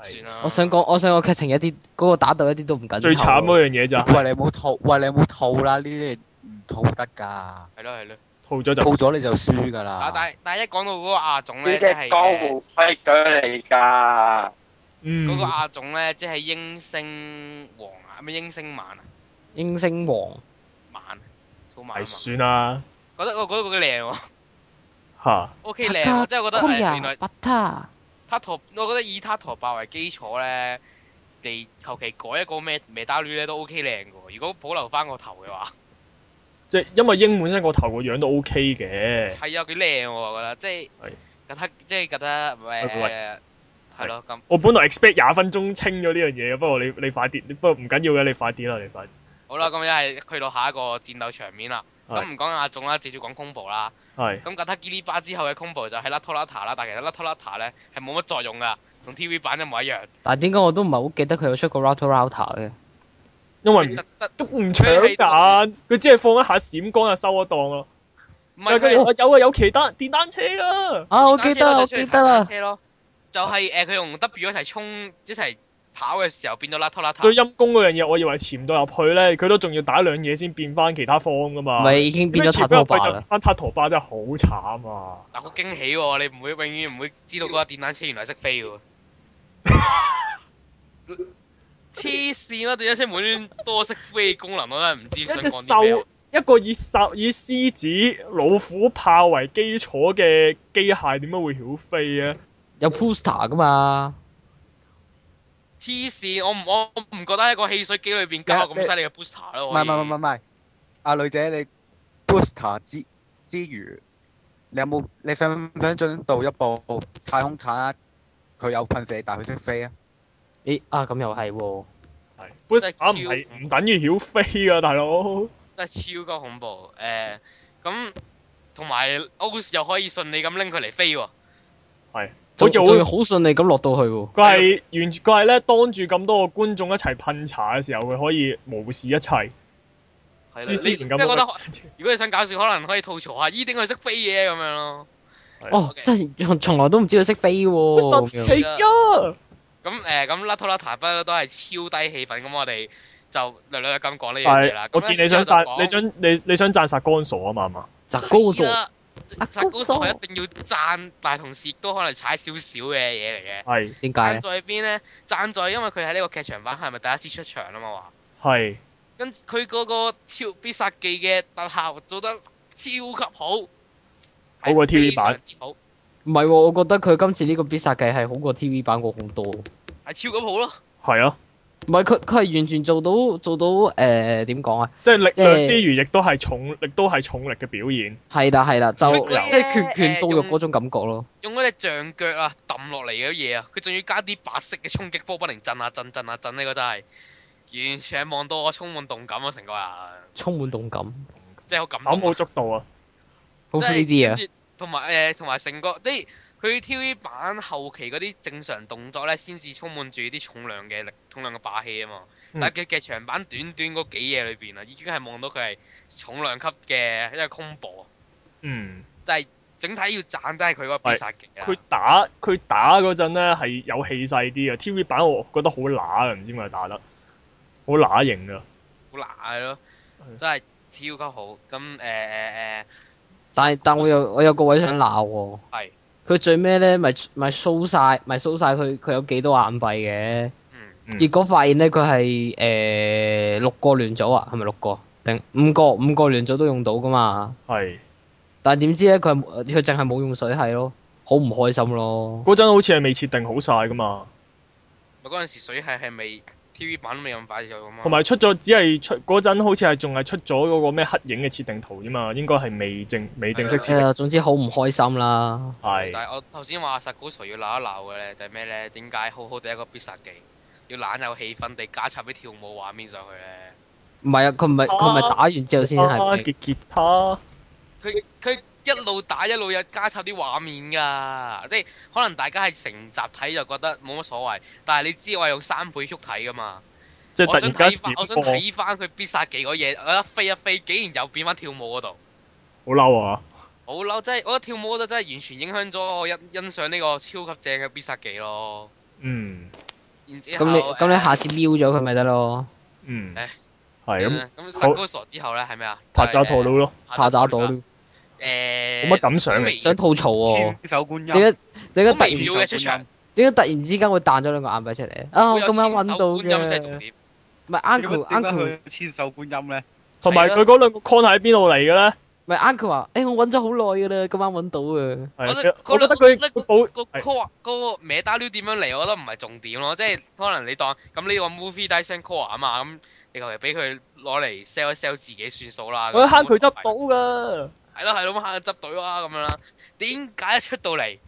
[SPEAKER 1] 係
[SPEAKER 5] 算啦
[SPEAKER 3] 我想講，我想個劇情一啲嗰個打鬥一啲都唔緊湊。啊
[SPEAKER 1] 最慘啊嗰樣嘢就係
[SPEAKER 6] 喂，你冇套，喂，你冇套啦，呢啲唔套得㗎，
[SPEAKER 5] 係咯係咯。
[SPEAKER 1] 套咗就
[SPEAKER 6] 套咗你就輸㗎
[SPEAKER 5] 啊！
[SPEAKER 6] 啦。
[SPEAKER 5] 但係但係一講到嗰個亞種
[SPEAKER 4] 呢
[SPEAKER 5] 咧，即係
[SPEAKER 4] 啲江
[SPEAKER 5] 誒
[SPEAKER 4] 湖規矩嚟㗎。
[SPEAKER 1] 嗯
[SPEAKER 5] 嗰個亞種咧，即係英星王啊，咩英星晚啊，
[SPEAKER 3] 英星王
[SPEAKER 5] 晚好晚啊
[SPEAKER 1] 係
[SPEAKER 5] 嘛。
[SPEAKER 1] 算啦
[SPEAKER 5] 覺得我覺得佢靚喎
[SPEAKER 1] 嚇，
[SPEAKER 5] ，OK 靚喎，即係我覺得
[SPEAKER 1] 哎
[SPEAKER 5] 誒原來
[SPEAKER 3] 不他
[SPEAKER 5] 塔陀，我覺得以塔陀拜為基礎咧，你求其改一個咩咩打女咧都 OK 靚嘅喎。如果保留翻個頭嘅話，
[SPEAKER 1] 即係因為英本身個頭個樣都 OK 嘅，
[SPEAKER 5] 係啊，幾靚喎，我覺得即係
[SPEAKER 1] 係
[SPEAKER 5] 覺得即係覺得誒係咯咁。
[SPEAKER 1] 我本來 expect 廿分鐘清咗呢樣嘢嘅，不過你你快啲，不過唔緊要嘅，你快啲啦，你快啲
[SPEAKER 5] 好啦，咁一係去到下一個戰鬥場面啦。咁
[SPEAKER 1] 係
[SPEAKER 5] 唔講亞種啦，直接講 combo 啦。
[SPEAKER 1] 係
[SPEAKER 5] 咁格塔基利巴之後嘅 combo 就係 l a t o l a t a 啦，但其實 l a t o l a t a 咧係冇乜作用噶，同 TV 版一模一樣。
[SPEAKER 3] 但係點解我都唔係好記得佢有出過 Router Router 嘅？
[SPEAKER 1] 因為唔
[SPEAKER 5] 得得，
[SPEAKER 1] 都唔搶彈，佢只係放一下閃光就收咗檔咯。
[SPEAKER 5] 唔
[SPEAKER 1] 但
[SPEAKER 5] 係
[SPEAKER 1] 係
[SPEAKER 5] 佢
[SPEAKER 1] 佢有啊有騎單電單車啊，
[SPEAKER 3] 啊，我記得啦，我記得啦。
[SPEAKER 5] 車咯，就係誒佢同 W 一齊衝一齊跑嘅時候變咗 l a t o l a t
[SPEAKER 1] 最
[SPEAKER 5] a
[SPEAKER 1] 陰功嗰樣嘢，我以為潛到入去咧，佢都仲要打兩嘢先變翻其他方噶
[SPEAKER 3] 唔
[SPEAKER 1] 嘛。
[SPEAKER 3] 係已經變咗塔
[SPEAKER 1] 點
[SPEAKER 3] 多
[SPEAKER 1] 解潛咗入去就
[SPEAKER 3] 霸啦
[SPEAKER 1] 變，翻塔陀巴真係好慘啊！
[SPEAKER 5] 嗱好驚喜喎！你唔會永遠唔會知道嗰架電單車原來識飛喎。黐線啊啦！電單車無端端多識飛嘅功能，我真係唔知
[SPEAKER 1] 一
[SPEAKER 5] 想
[SPEAKER 1] 隻
[SPEAKER 5] 講啲咩
[SPEAKER 1] 獸，。一個以獸以獅子、老虎、豹為基礎嘅機械，點解會曉飛啊？
[SPEAKER 3] 有 Poster 噶嘛？
[SPEAKER 5] 黐線，我唔我我唔覺得喺個汽水機裏邊加個咁犀利嘅 booster 咯。
[SPEAKER 6] 唔
[SPEAKER 5] 可以
[SPEAKER 6] 係唔係唔係唔係，阿女姐你 booster 之之餘，你有冇你想唔想進到一步太空產啊？佢有噴射，但係佢識飛啊！
[SPEAKER 3] 咦啊咁又係喎，
[SPEAKER 1] 係
[SPEAKER 5] 真係
[SPEAKER 1] boost 唔係
[SPEAKER 5] 超
[SPEAKER 1] 唔等於曉飛啊，大佬。
[SPEAKER 5] 真係超級恐怖。誒、咁同埋 O 又可以順利咁拎佢嚟飛喎。
[SPEAKER 1] 好
[SPEAKER 3] 仲
[SPEAKER 1] 似好
[SPEAKER 3] 仲要好順利咁落到去喎。
[SPEAKER 1] 佢係完，佢係咧當住咁多個觀眾一齊噴茶嘅時候，佢可以無視一切。
[SPEAKER 5] 係啦
[SPEAKER 1] 斯斯
[SPEAKER 5] 你
[SPEAKER 1] 然
[SPEAKER 5] 即
[SPEAKER 1] [LAUGHS]
[SPEAKER 5] 係覺得
[SPEAKER 1] 咁
[SPEAKER 5] 如果你想搞笑，可能可以吐槽下，咦點解佢識飛嘅咁樣咯。
[SPEAKER 3] 哦
[SPEAKER 5] OK，
[SPEAKER 3] 真係從從來都唔知佢識飛喎。咁樣
[SPEAKER 1] K 啊！
[SPEAKER 5] 咁誒咁 l a t o l a t a 不嬲都係超低氣氛，咁我哋就略略咁講呢樣嘢啦
[SPEAKER 1] 係，。我
[SPEAKER 5] 咁咧
[SPEAKER 1] 見你想
[SPEAKER 5] 之後
[SPEAKER 1] 殺
[SPEAKER 5] 就講
[SPEAKER 1] 你想你你想讚殺乾傻啊嘛係嘛？
[SPEAKER 3] 摘高數
[SPEAKER 5] 係啦
[SPEAKER 3] 啊
[SPEAKER 5] 殺高手
[SPEAKER 3] 高手
[SPEAKER 5] 係一定要讚，但係同時亦都可能踩少少嘅嘢嚟嘅。
[SPEAKER 1] 係
[SPEAKER 3] 點解
[SPEAKER 5] 讚
[SPEAKER 3] 咧？
[SPEAKER 5] 在邊咧？讚在因為佢喺呢個劇場版係咪第一次出場啊嘛話？
[SPEAKER 1] 係
[SPEAKER 5] 跟住佢嗰個超必殺技嘅特效做得超級好，
[SPEAKER 1] 好過 TV
[SPEAKER 5] 係非
[SPEAKER 1] 版
[SPEAKER 5] 常之好，
[SPEAKER 3] 唔係喎，我覺得佢今次呢個必殺技係好過 TV 版嗰個好多。唔
[SPEAKER 5] 係超級好咯。
[SPEAKER 1] 係啊，
[SPEAKER 3] 係佢佢係完全做到做到誒點講啊？
[SPEAKER 1] 即係力量
[SPEAKER 3] 即係
[SPEAKER 1] 之餘，亦都係重力都係重力嘅表
[SPEAKER 5] 嗯
[SPEAKER 1] 現。
[SPEAKER 3] 係啦係啦，就
[SPEAKER 5] 佢佢
[SPEAKER 3] 即係拳拳
[SPEAKER 5] 誒
[SPEAKER 3] 到肉
[SPEAKER 5] 用
[SPEAKER 3] 嗰種感覺咯。
[SPEAKER 5] 用嗰隻象腳啊揼落嚟嗰啲嘢啊，佢仲要加啲白色嘅衝擊波，不停震下震震下震，呢個真係完全係望到我充滿動感啊！成個人
[SPEAKER 3] 充滿動感，
[SPEAKER 5] 即係好感
[SPEAKER 1] 手
[SPEAKER 5] 動啊
[SPEAKER 1] 舞足蹈啊！
[SPEAKER 3] 好 free 啲啊！！
[SPEAKER 5] 即係跟住同埋誒，同埋成個即係佢 TV 版後期嗰啲正常動作咧，先至充滿住啲重量嘅力、重量嘅霸氣啊嘛。
[SPEAKER 1] 嗯
[SPEAKER 5] 但係佢劇場版短短嗰幾嘢裏邊啊，已經係望到佢係重量級嘅一個 combo，啊
[SPEAKER 1] 嗯。
[SPEAKER 5] 整體要讚都係佢嗰個必殺技啊！
[SPEAKER 1] 佢打佢打嗰陣咧係有氣勢啲嘅，TV 版我覺得好乸啊，唔知點解打得好乸型啊！
[SPEAKER 5] 好難咯，
[SPEAKER 1] 係
[SPEAKER 5] 真係超級好。咁誒誒誒，
[SPEAKER 3] 但係但我又我有個位想鬧喎。
[SPEAKER 5] 係
[SPEAKER 3] 佢最尾咧，咪咪 show 晒，咪 show 晒佢佢有幾多眼幣嘅？
[SPEAKER 5] 嗯，
[SPEAKER 1] 嗯
[SPEAKER 3] 結果發現咧，佢係誒六個聯組啊，係咪六個？定五個五個聯組都用到噶嘛？
[SPEAKER 1] 係
[SPEAKER 3] 但係點知咧，佢係冇佢淨係冇用水係咯，好唔開心咯。
[SPEAKER 1] 嗰陣好似係未設定好晒噶嘛，
[SPEAKER 5] 咪嗰陣時水係係未 TV 版都未咁快就咁啊。
[SPEAKER 1] 同埋出咗只係出嗰陣好似係仲係出咗嗰個咩黑影嘅設定圖啫嘛，應該係未正未正式設
[SPEAKER 3] 誒、
[SPEAKER 1] 定
[SPEAKER 3] 啊總之好唔開心啦。
[SPEAKER 1] 係
[SPEAKER 5] 但係我頭先話 s a k u s 要鬧一鬧嘅咧，就係咩咧？點解好好地一個必殺技，要懶有氣氛地加插啲跳舞畫面上去咧？
[SPEAKER 3] 唔係啊，佢唔係佢唔係打完之後先
[SPEAKER 1] 啊
[SPEAKER 3] 係
[SPEAKER 1] 吉吉他
[SPEAKER 5] 佢佢一路打一路有加插啲畫面㗎，即係可能大家係成集睇就覺得冇乜所謂，但係你知我係用三倍速睇㗎嘛，
[SPEAKER 1] 即係突
[SPEAKER 5] 我想
[SPEAKER 1] 然間
[SPEAKER 5] 睇
[SPEAKER 1] 閃
[SPEAKER 5] 翻，我想
[SPEAKER 1] 過，
[SPEAKER 5] 睇翻佢必殺技嗰嘢，我一飛一飛，竟然又變翻跳舞嗰度，
[SPEAKER 1] 好嬲啊！
[SPEAKER 5] 好嬲！真係我覺得跳舞嗰度真係完全影響咗我欣欣賞呢個超級正嘅必殺技咯。
[SPEAKER 1] 嗯
[SPEAKER 5] 然之後
[SPEAKER 3] 咁你
[SPEAKER 5] 誒
[SPEAKER 3] 咁你下次瞄咗佢咪得咯，
[SPEAKER 1] 嗯
[SPEAKER 5] 唉，
[SPEAKER 1] 係咁
[SPEAKER 5] 咁咁 s a 之後咧係啊咩啊？
[SPEAKER 1] 拍咗套路咯，
[SPEAKER 3] 怕打到咯
[SPEAKER 5] 誒
[SPEAKER 1] 冇乜感想嚟。
[SPEAKER 5] 微
[SPEAKER 3] 想吐槽喎。
[SPEAKER 6] 千手觀音。
[SPEAKER 3] 點解點解
[SPEAKER 5] 好
[SPEAKER 3] 突
[SPEAKER 5] 微
[SPEAKER 3] 然
[SPEAKER 5] 妙嘅出場，
[SPEAKER 3] 點解突然之間會彈咗兩個硬幣出嚟啊！
[SPEAKER 5] 好
[SPEAKER 3] 我
[SPEAKER 5] 有
[SPEAKER 3] 咁啱
[SPEAKER 5] 千
[SPEAKER 3] 揾
[SPEAKER 5] 手
[SPEAKER 3] 到
[SPEAKER 5] 觀音先係重
[SPEAKER 3] 嘅，
[SPEAKER 5] 點。
[SPEAKER 3] 唔係
[SPEAKER 6] 點
[SPEAKER 3] uncle
[SPEAKER 6] 解
[SPEAKER 3] uncle。
[SPEAKER 6] 佢千手觀音咧？
[SPEAKER 1] 同埋
[SPEAKER 5] 啊
[SPEAKER 1] 佢嗰兩個 con 喺邊度嚟嘅咧？啊
[SPEAKER 3] 咪 uncle 話：，誒、我揾咗好耐噶啦，今晚揾到啊！
[SPEAKER 1] 係
[SPEAKER 5] 我覺得
[SPEAKER 1] 我覺得佢
[SPEAKER 5] 我覺得
[SPEAKER 1] 佢保
[SPEAKER 5] 個
[SPEAKER 1] 係
[SPEAKER 5] core 嗰個名打料點樣嚟，我覺得唔係重點咯，即係可能你當咁呢個 movie Dyson core 啊嘛，咁你求其俾佢攞嚟 sell 一 sell 自己算數啦。
[SPEAKER 1] 我
[SPEAKER 5] 咁
[SPEAKER 1] 慳佢執到㗎。
[SPEAKER 5] 係咯係咯，咁慳佢執隊啦咁樣啦。點解一出到嚟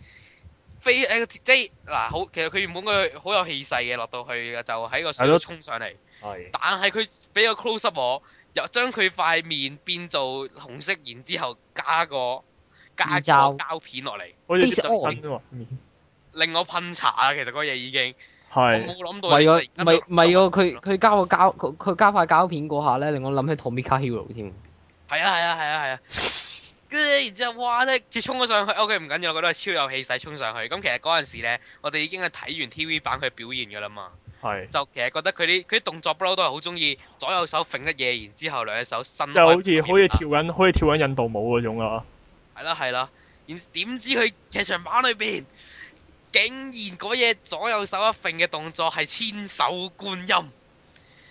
[SPEAKER 5] 飛誒即係嗱好，其實佢原本佢好有氣勢嘅，落到去就喺個
[SPEAKER 1] 係
[SPEAKER 5] 水度
[SPEAKER 1] 咯
[SPEAKER 5] 衝上嚟，
[SPEAKER 1] 係
[SPEAKER 5] 但係佢俾個 close up 我，又將佢塊面變做紅色，然之後加個加個
[SPEAKER 3] 面罩
[SPEAKER 5] 膠片落嚟。
[SPEAKER 1] 好似
[SPEAKER 3] Face
[SPEAKER 1] 啲真啊
[SPEAKER 3] on
[SPEAKER 1] 真喎。
[SPEAKER 5] 令我噴茶啊！其實嗰嘢已經，我
[SPEAKER 1] 係
[SPEAKER 5] 冇諗
[SPEAKER 3] 唔
[SPEAKER 5] 到
[SPEAKER 3] 係
[SPEAKER 5] 你
[SPEAKER 3] 喎，唔
[SPEAKER 5] 突然間
[SPEAKER 3] 係
[SPEAKER 5] 咁
[SPEAKER 3] 唔係
[SPEAKER 5] 樣
[SPEAKER 3] 喎，佢佢交個膠佢佢交塊膠片嗰下咧，令我諗起 Tomika Hero 添。
[SPEAKER 5] 係啊係啊係啊係啊，跟住然之後哇！即係佢衝咗上去，OK 唔緊要，我覺得係超有氣勢衝上去。咁其實嗰陣時咧，我哋已經係睇完 TV 版佢表現㗎啦嘛，
[SPEAKER 1] 係，
[SPEAKER 5] 就其實覺得佢啲佢啲動作不嬲都係好中意左右手揈一嘢，然之後兩隻手伸開
[SPEAKER 1] 就好似好似
[SPEAKER 5] 表現啦
[SPEAKER 1] 跳緊，好似跳緊印度舞嗰種啊！
[SPEAKER 5] 係啦係啦，然點知佢劇場版裏邊竟然嗰嘢左右手一揈嘅動作係千手觀音。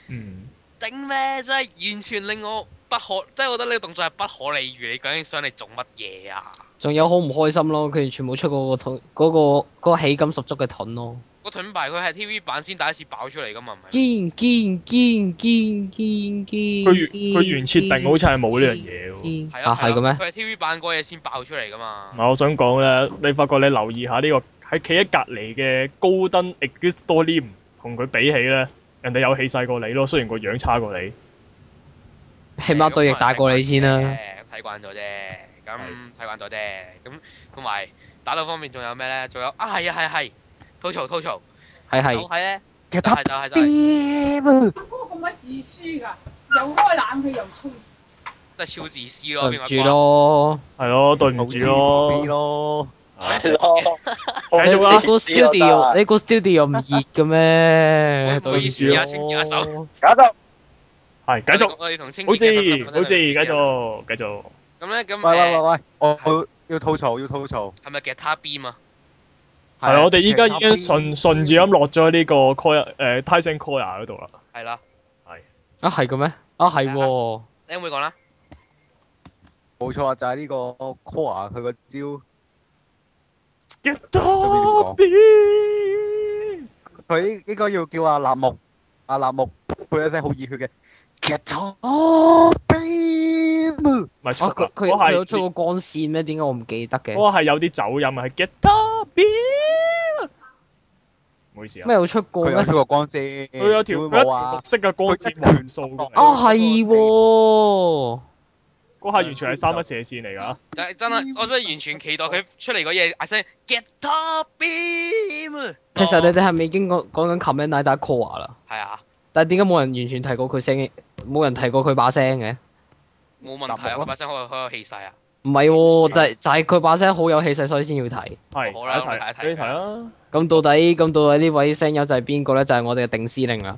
[SPEAKER 1] 嗯，
[SPEAKER 5] 頂咩？真係完全令我不可，即係我覺得呢個動作係不可理喻。你究竟想你做乜嘢啊？
[SPEAKER 3] 仲有好唔開心咯，佢全部出嗰個盾，嗰、個嗰個喜感十足嘅盾咯，
[SPEAKER 5] 個盾牌佢係 TV 版先第一次爆出嚟噶嘛，唔係？
[SPEAKER 3] 堅堅堅堅堅堅。
[SPEAKER 1] 佢原佢原設定好似係冇呢樣嘢喎。
[SPEAKER 3] 堅
[SPEAKER 5] 係
[SPEAKER 3] 啊，係嘅咩？
[SPEAKER 5] 佢係 TV 版嗰嘢先爆出嚟噶嘛
[SPEAKER 1] 唔。係，我想講咧，你發覺你留意下呢、個喺企喺隔離嘅高登 e x i s t o r i m 同佢比起咧，人哋有氣勢過你咯，雖然個樣差過你。
[SPEAKER 3] 起碼對翼大過你先啦。
[SPEAKER 5] 睇慣咗啫，咁睇慣咗啫，咁同埋打鬥方面仲有咩咧？仲有啊，係啊係啊係，吐槽吐槽，
[SPEAKER 3] 係啊嗯
[SPEAKER 5] 就
[SPEAKER 3] 係，
[SPEAKER 5] 係咧，
[SPEAKER 6] 其
[SPEAKER 5] 就係就係就係，
[SPEAKER 6] 實
[SPEAKER 7] 嗰個咁鬼自私㗎，啊又開冷氣又沖。
[SPEAKER 5] 真係啊超自私咯，
[SPEAKER 3] 對唔
[SPEAKER 5] 邊個
[SPEAKER 3] 住咯。
[SPEAKER 1] 係咯，對唔住咯。
[SPEAKER 6] 咯。
[SPEAKER 4] 係咯，
[SPEAKER 1] 繼
[SPEAKER 3] [LAUGHS] 你
[SPEAKER 1] 續啊
[SPEAKER 3] 你
[SPEAKER 1] 啦，
[SPEAKER 3] 個
[SPEAKER 4] 知啊我得
[SPEAKER 3] studio 你個 studio 唔熱嘅咩？
[SPEAKER 5] 啊唔好意思啊
[SPEAKER 3] 對
[SPEAKER 5] 清
[SPEAKER 3] 唔
[SPEAKER 5] 潔
[SPEAKER 3] 住
[SPEAKER 5] 下
[SPEAKER 3] 咯。
[SPEAKER 4] 搞到
[SPEAKER 1] 係繼續，
[SPEAKER 5] 我哋同清
[SPEAKER 1] 好
[SPEAKER 5] 潔
[SPEAKER 1] 似好似繼續繼續。
[SPEAKER 5] 咁咧咁
[SPEAKER 6] 喂喂喂
[SPEAKER 5] 誒，
[SPEAKER 6] 喂，我我要吐槽要吐槽。
[SPEAKER 5] 係咪吉他 B 嘛？
[SPEAKER 1] 係啊我哋依家已經
[SPEAKER 6] 其實
[SPEAKER 1] 順順住咁落咗呢個 call 誒 Tyson Corner 嗰度啦。
[SPEAKER 5] 係啦，
[SPEAKER 3] 啊係嘅咩？啊係喎。
[SPEAKER 5] 你可唔可以講啦？
[SPEAKER 6] 冇錯啊，就係呢個 Core 佢個招，
[SPEAKER 1] 一
[SPEAKER 6] 講
[SPEAKER 1] 多啲，
[SPEAKER 6] 佢應該要叫阿納木，阿納木配一聲好熱血嘅 Get up, baby！
[SPEAKER 1] 唔係
[SPEAKER 3] 啊！
[SPEAKER 1] 錯
[SPEAKER 3] 佢
[SPEAKER 1] 啦
[SPEAKER 3] 佢
[SPEAKER 1] 我
[SPEAKER 3] 佢
[SPEAKER 1] 係
[SPEAKER 3] 有出過光線咩？點解我唔記得嘅？
[SPEAKER 1] 我係有啲走音啊，係 get up bill。唔好意思啊，
[SPEAKER 3] 咩有出過
[SPEAKER 6] 佢有
[SPEAKER 3] 咩
[SPEAKER 6] 出？個光線，
[SPEAKER 1] 佢有條
[SPEAKER 6] 會
[SPEAKER 1] 佢一
[SPEAKER 6] 冇
[SPEAKER 1] 條
[SPEAKER 6] 啊
[SPEAKER 1] 綠？色嘅光線元素㗎嘛，
[SPEAKER 3] 啊係喎，
[SPEAKER 1] 嗰下完全係三一射線嚟㗎。
[SPEAKER 5] 就係真
[SPEAKER 3] 嗯
[SPEAKER 5] 係，我真係完全期待佢出嚟嗰嘢，嗌聲 get up beam。
[SPEAKER 3] 其實你哋係咪已經講講緊 Command Night 打 Core 啦？
[SPEAKER 5] 係啊，
[SPEAKER 3] 但係點解冇人完全提過佢聲？冇人提過佢把聲嘅？
[SPEAKER 5] 冇問題啊，
[SPEAKER 6] 立木咯
[SPEAKER 5] 佢把聲好有好有氣勢啊。
[SPEAKER 3] 唔係喎，就係就係佢把聲好有氣勢，所以先要提。
[SPEAKER 1] 係，
[SPEAKER 5] 好啦
[SPEAKER 1] 睇一
[SPEAKER 5] 我
[SPEAKER 1] 睇，
[SPEAKER 5] 哋睇一
[SPEAKER 1] 你
[SPEAKER 5] 睇
[SPEAKER 1] 睇啦。
[SPEAKER 3] 咁到底咁到底呢位聲優就係邊個咧？就係我哋嘅定司令啦。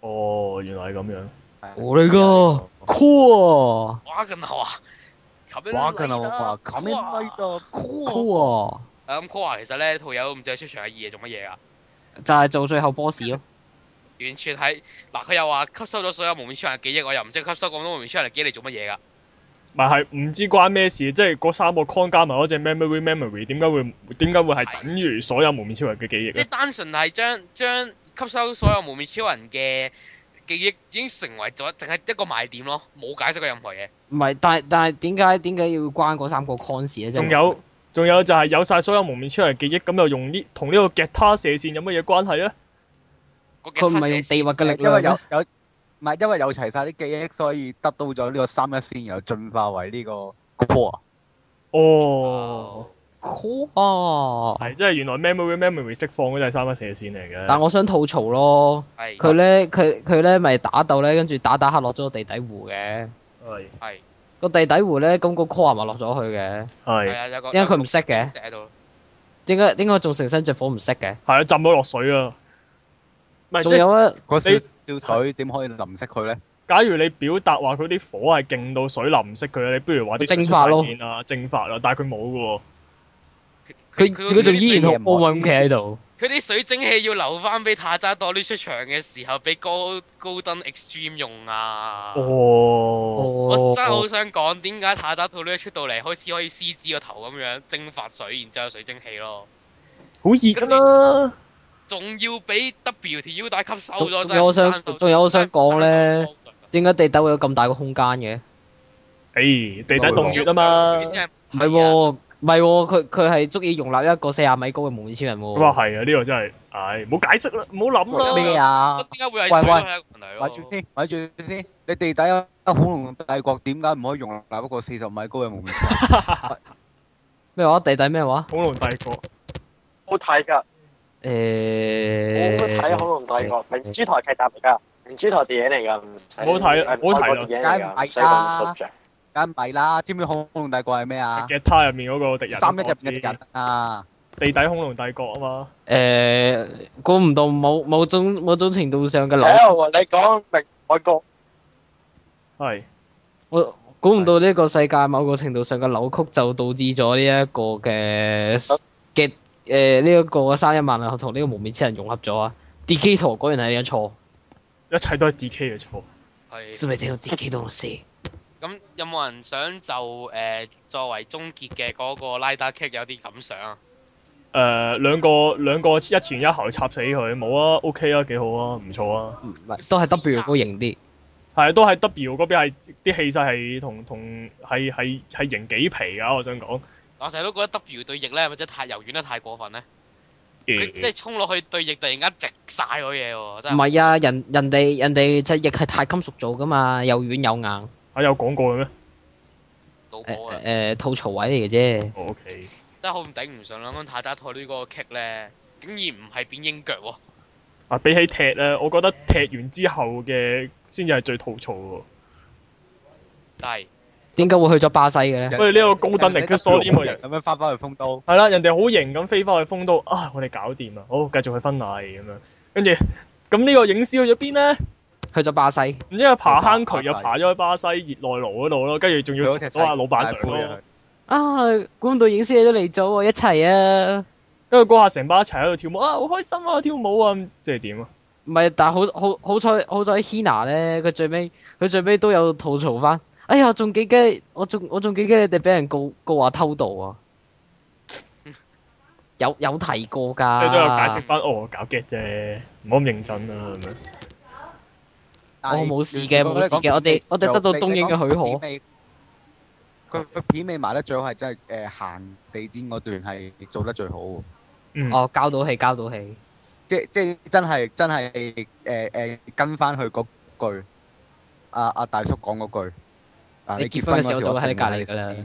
[SPEAKER 1] 哦，原來係咁樣。
[SPEAKER 3] 我哋個 Core
[SPEAKER 5] 哇咁好啊！咁樣
[SPEAKER 6] 哇！近
[SPEAKER 5] 啊
[SPEAKER 6] 啊，話咁樣威到 Core，
[SPEAKER 3] Core
[SPEAKER 5] 咁 Core 其實咧套友唔知佢出場係二嘢做乜嘢啊？
[SPEAKER 3] 就係做最後 boss 咯。
[SPEAKER 5] 完全係嗱，佢又話吸收咗所有蒙面超人嘅記憶，我又唔知佢吸收咁多蒙面超人嘅記憶嚟做乜嘢㗎？
[SPEAKER 1] 咪係唔知關咩事，即係嗰三個 con 加埋嗰只 memory memory，點解會點解會係等於所有無面超人嘅記憶
[SPEAKER 5] 即係
[SPEAKER 1] 咧？
[SPEAKER 5] 單純係將將吸收所有蒙面超人嘅記憶已經成為咗淨係一個賣點咯，冇解釋過任何嘢。
[SPEAKER 3] 唔係，但係但係點解點解要關嗰三個 con 事咧？即係
[SPEAKER 1] 仲有仲有就係有晒所有無面超人嘅記憶，咁又用呢同呢個 g 他射線有乜嘢關係咧？
[SPEAKER 5] 個
[SPEAKER 3] 佢唔係用
[SPEAKER 5] guitar 射線
[SPEAKER 3] 地域嘅力
[SPEAKER 6] 因為
[SPEAKER 3] 量咩
[SPEAKER 6] 有？有唔係因為有齊晒啲記憶，所以得到咗呢個三一先，然後進化為呢個 Core。
[SPEAKER 1] 哦，
[SPEAKER 3] cool 啊！
[SPEAKER 1] 係即係原來 memory memory 釋放嗰隻係三一射線嚟嘅。
[SPEAKER 3] 但我想吐槽咯，
[SPEAKER 5] 係
[SPEAKER 3] 佢咧佢佢咧咪打鬥咧，跟住打打下落咗個地底湖嘅。
[SPEAKER 1] 係
[SPEAKER 5] 係
[SPEAKER 3] 個地底湖咧，咁個 core 咪落咗去嘅。
[SPEAKER 5] 係
[SPEAKER 1] 係
[SPEAKER 5] 啊，有個
[SPEAKER 3] 因為佢唔識嘅
[SPEAKER 5] 石喺度，
[SPEAKER 3] 應該應該仲成身着火唔識嘅。
[SPEAKER 1] 係啊，浸咗落水啊！唔係即
[SPEAKER 3] 仲
[SPEAKER 1] 係
[SPEAKER 3] 有啊咧，
[SPEAKER 6] 嗰
[SPEAKER 1] 你
[SPEAKER 6] 少少水點可以淋熄佢咧？
[SPEAKER 1] 假如你表達話佢啲火係勁到水淋唔熄佢咧，你不如話啲
[SPEAKER 3] 蒸發咯
[SPEAKER 1] 出晒面啊，蒸發啦，但係佢冇嘅喎。
[SPEAKER 3] 佢
[SPEAKER 5] 佢
[SPEAKER 3] 佢仲依然
[SPEAKER 6] 好
[SPEAKER 3] 同奧運咁企喺度。
[SPEAKER 5] 佢啲水蒸氣要留翻俾塔扎多呢出場嘅時候，俾高高登 extreme 用啊！
[SPEAKER 1] 哦，
[SPEAKER 5] 我
[SPEAKER 3] 哦
[SPEAKER 5] 真係好想講點解塔扎套呢一出到嚟，開始可以獅子個頭咁樣蒸發水，然之後有水蒸氣咯，
[SPEAKER 1] 好熱啊嘛！
[SPEAKER 5] 仲要俾 WTU 帶吸收
[SPEAKER 3] 仲
[SPEAKER 5] 咗，
[SPEAKER 3] 仲有我想
[SPEAKER 5] 真係唔生手
[SPEAKER 3] 仲有我想講呢
[SPEAKER 5] 真係唔生手
[SPEAKER 3] 點解地底會有咁大個空間
[SPEAKER 1] 誒，
[SPEAKER 3] 嘅？
[SPEAKER 1] 哎地底凍月啊嘛
[SPEAKER 5] 有水！先係
[SPEAKER 3] 唔係啊喎，唔係喎，佢佢係足以容納一個四廿米高嘅蒙面超人
[SPEAKER 1] 咁啊
[SPEAKER 3] 喎。
[SPEAKER 1] 係啊，呢個真係，唉，唔好解釋啦，唔好諗啦。
[SPEAKER 3] 咩啊？
[SPEAKER 5] 點解會係
[SPEAKER 6] 喂
[SPEAKER 5] 水
[SPEAKER 6] 喂
[SPEAKER 5] 都係一個問題
[SPEAKER 6] 咪
[SPEAKER 5] 咯
[SPEAKER 6] 住？先，咪住先，你地底有恐龍帝國，點解唔可以容納一個四十米高嘅蒙面超人？
[SPEAKER 3] 咩話？地底咩話？
[SPEAKER 1] 恐龍帝國
[SPEAKER 4] 好睇㗎，
[SPEAKER 3] 誒，
[SPEAKER 4] 我會睇《恐龍帝國》，明珠台劇集嚟㗎，明珠台電影嚟㗎，唔使
[SPEAKER 1] 唔好睇啦唔好睇啦啊
[SPEAKER 4] 外國電影嚟㗎，唔使
[SPEAKER 6] 梗係
[SPEAKER 4] 講 subject
[SPEAKER 6] 唔係啦梗唔係啦，知唔知恐龍帝國係咩啊？
[SPEAKER 1] 嘅他入面嗰個敵人，
[SPEAKER 6] 三一入嘅人啊，
[SPEAKER 1] 地底恐龍帝國啊嘛。
[SPEAKER 3] 誒，估唔到某某種某種程度上嘅扭，
[SPEAKER 4] 屌，你講明外國
[SPEAKER 1] 係
[SPEAKER 3] 我估唔到呢個世界某個程度上嘅扭曲，就導致咗呢一個嘅嘅誒呢一個三一萬能俠啊同呢個蒙面超人融合咗啊 d k 圖果然係有錯，
[SPEAKER 1] 一切都係 D K 嘅錯。
[SPEAKER 5] 係
[SPEAKER 3] 全部 D K 同事。
[SPEAKER 5] 咁有冇人想就誒作為終結嘅嗰個拉打 kick 有啲感想啊？
[SPEAKER 1] 誒兩個兩個一前一後插死佢，冇啊，OK 啊，幾好啊，唔錯啊。
[SPEAKER 3] 唔係都係 W 嗰個型啲。
[SPEAKER 1] 係都係 W 嗰邊係啲氣勢係同同係係係型幾皮㗎，我想講。
[SPEAKER 5] 我成日都覺得 W 對翼咧，咪真係太柔軟得太過分咧。佢即
[SPEAKER 1] 誒
[SPEAKER 5] 係衝落去對翼，突然間直晒嗰嘢喎，
[SPEAKER 3] 嗯
[SPEAKER 5] 真
[SPEAKER 3] 唔
[SPEAKER 5] 係。
[SPEAKER 3] 係啊，人人哋人哋隻翼係鈦金屬做噶嘛，又軟又硬。
[SPEAKER 1] 啊有講過嘅咩？
[SPEAKER 5] 老
[SPEAKER 3] 誒
[SPEAKER 5] 波啊！
[SPEAKER 3] 誒誒呃吐槽位嚟嘅啫。
[SPEAKER 1] 哦 OK。
[SPEAKER 5] 真係好唔頂唔順啊啦！咁塔扎托呢個 kick 咧，竟然唔係變英腳喎，
[SPEAKER 1] 啊，比起踢咧，我覺得踢完之後嘅先至係最吐槽喎。
[SPEAKER 5] 但係
[SPEAKER 3] 點解會去咗巴西嘅咧？
[SPEAKER 1] 不如呢個高登力都疏啲喎。
[SPEAKER 6] 咁樣翻返去風都。
[SPEAKER 1] 係啦，人哋好型咁飛翻去風都啊，我哋搞掂啦，好繼續去婚禮咁樣。跟住咁呢個影師去咗邊咧？
[SPEAKER 3] 去咗巴西。
[SPEAKER 1] 唔知係爬坑渠又爬咗去巴西熱內盧嗰度咯，跟住仲要捉到阿老闆娘咯。
[SPEAKER 6] à.
[SPEAKER 3] 啊，估唔到影師你都嚟咗喎，一齊啊！
[SPEAKER 1] 跟住嗰下成班一齊喺度跳舞啊，好開心啊，跳舞啊，咁即係點啊？
[SPEAKER 3] 唔係，但係好好好彩好彩 Hina 咧，佢最尾佢最尾都有吐槽翻。哎呀，我仲幾驚，我仲我仲幾驚你哋俾人告告話偷
[SPEAKER 1] [LAUGHS]
[SPEAKER 3] 渡啊！有有提過㗎。
[SPEAKER 6] 啊
[SPEAKER 1] 即係都有解釋翻，哦，搞 get 啫，唔好咁認真啊啦咁樣。
[SPEAKER 3] 我冇事嘅冇事嘅我哋我哋得到東英嘅許可
[SPEAKER 6] 可。佢佢片尾埋得最好係真係誒行地氈嗰段係做得最好，
[SPEAKER 1] 嗯，
[SPEAKER 3] 哦，交到氣，交到氣。
[SPEAKER 6] 即即真係真係誒誒跟翻佢嗰句，阿阿大叔講嗰句。啊
[SPEAKER 3] 你結婚嘅時候我就會喺你隔離
[SPEAKER 6] 離
[SPEAKER 3] 㗎啦。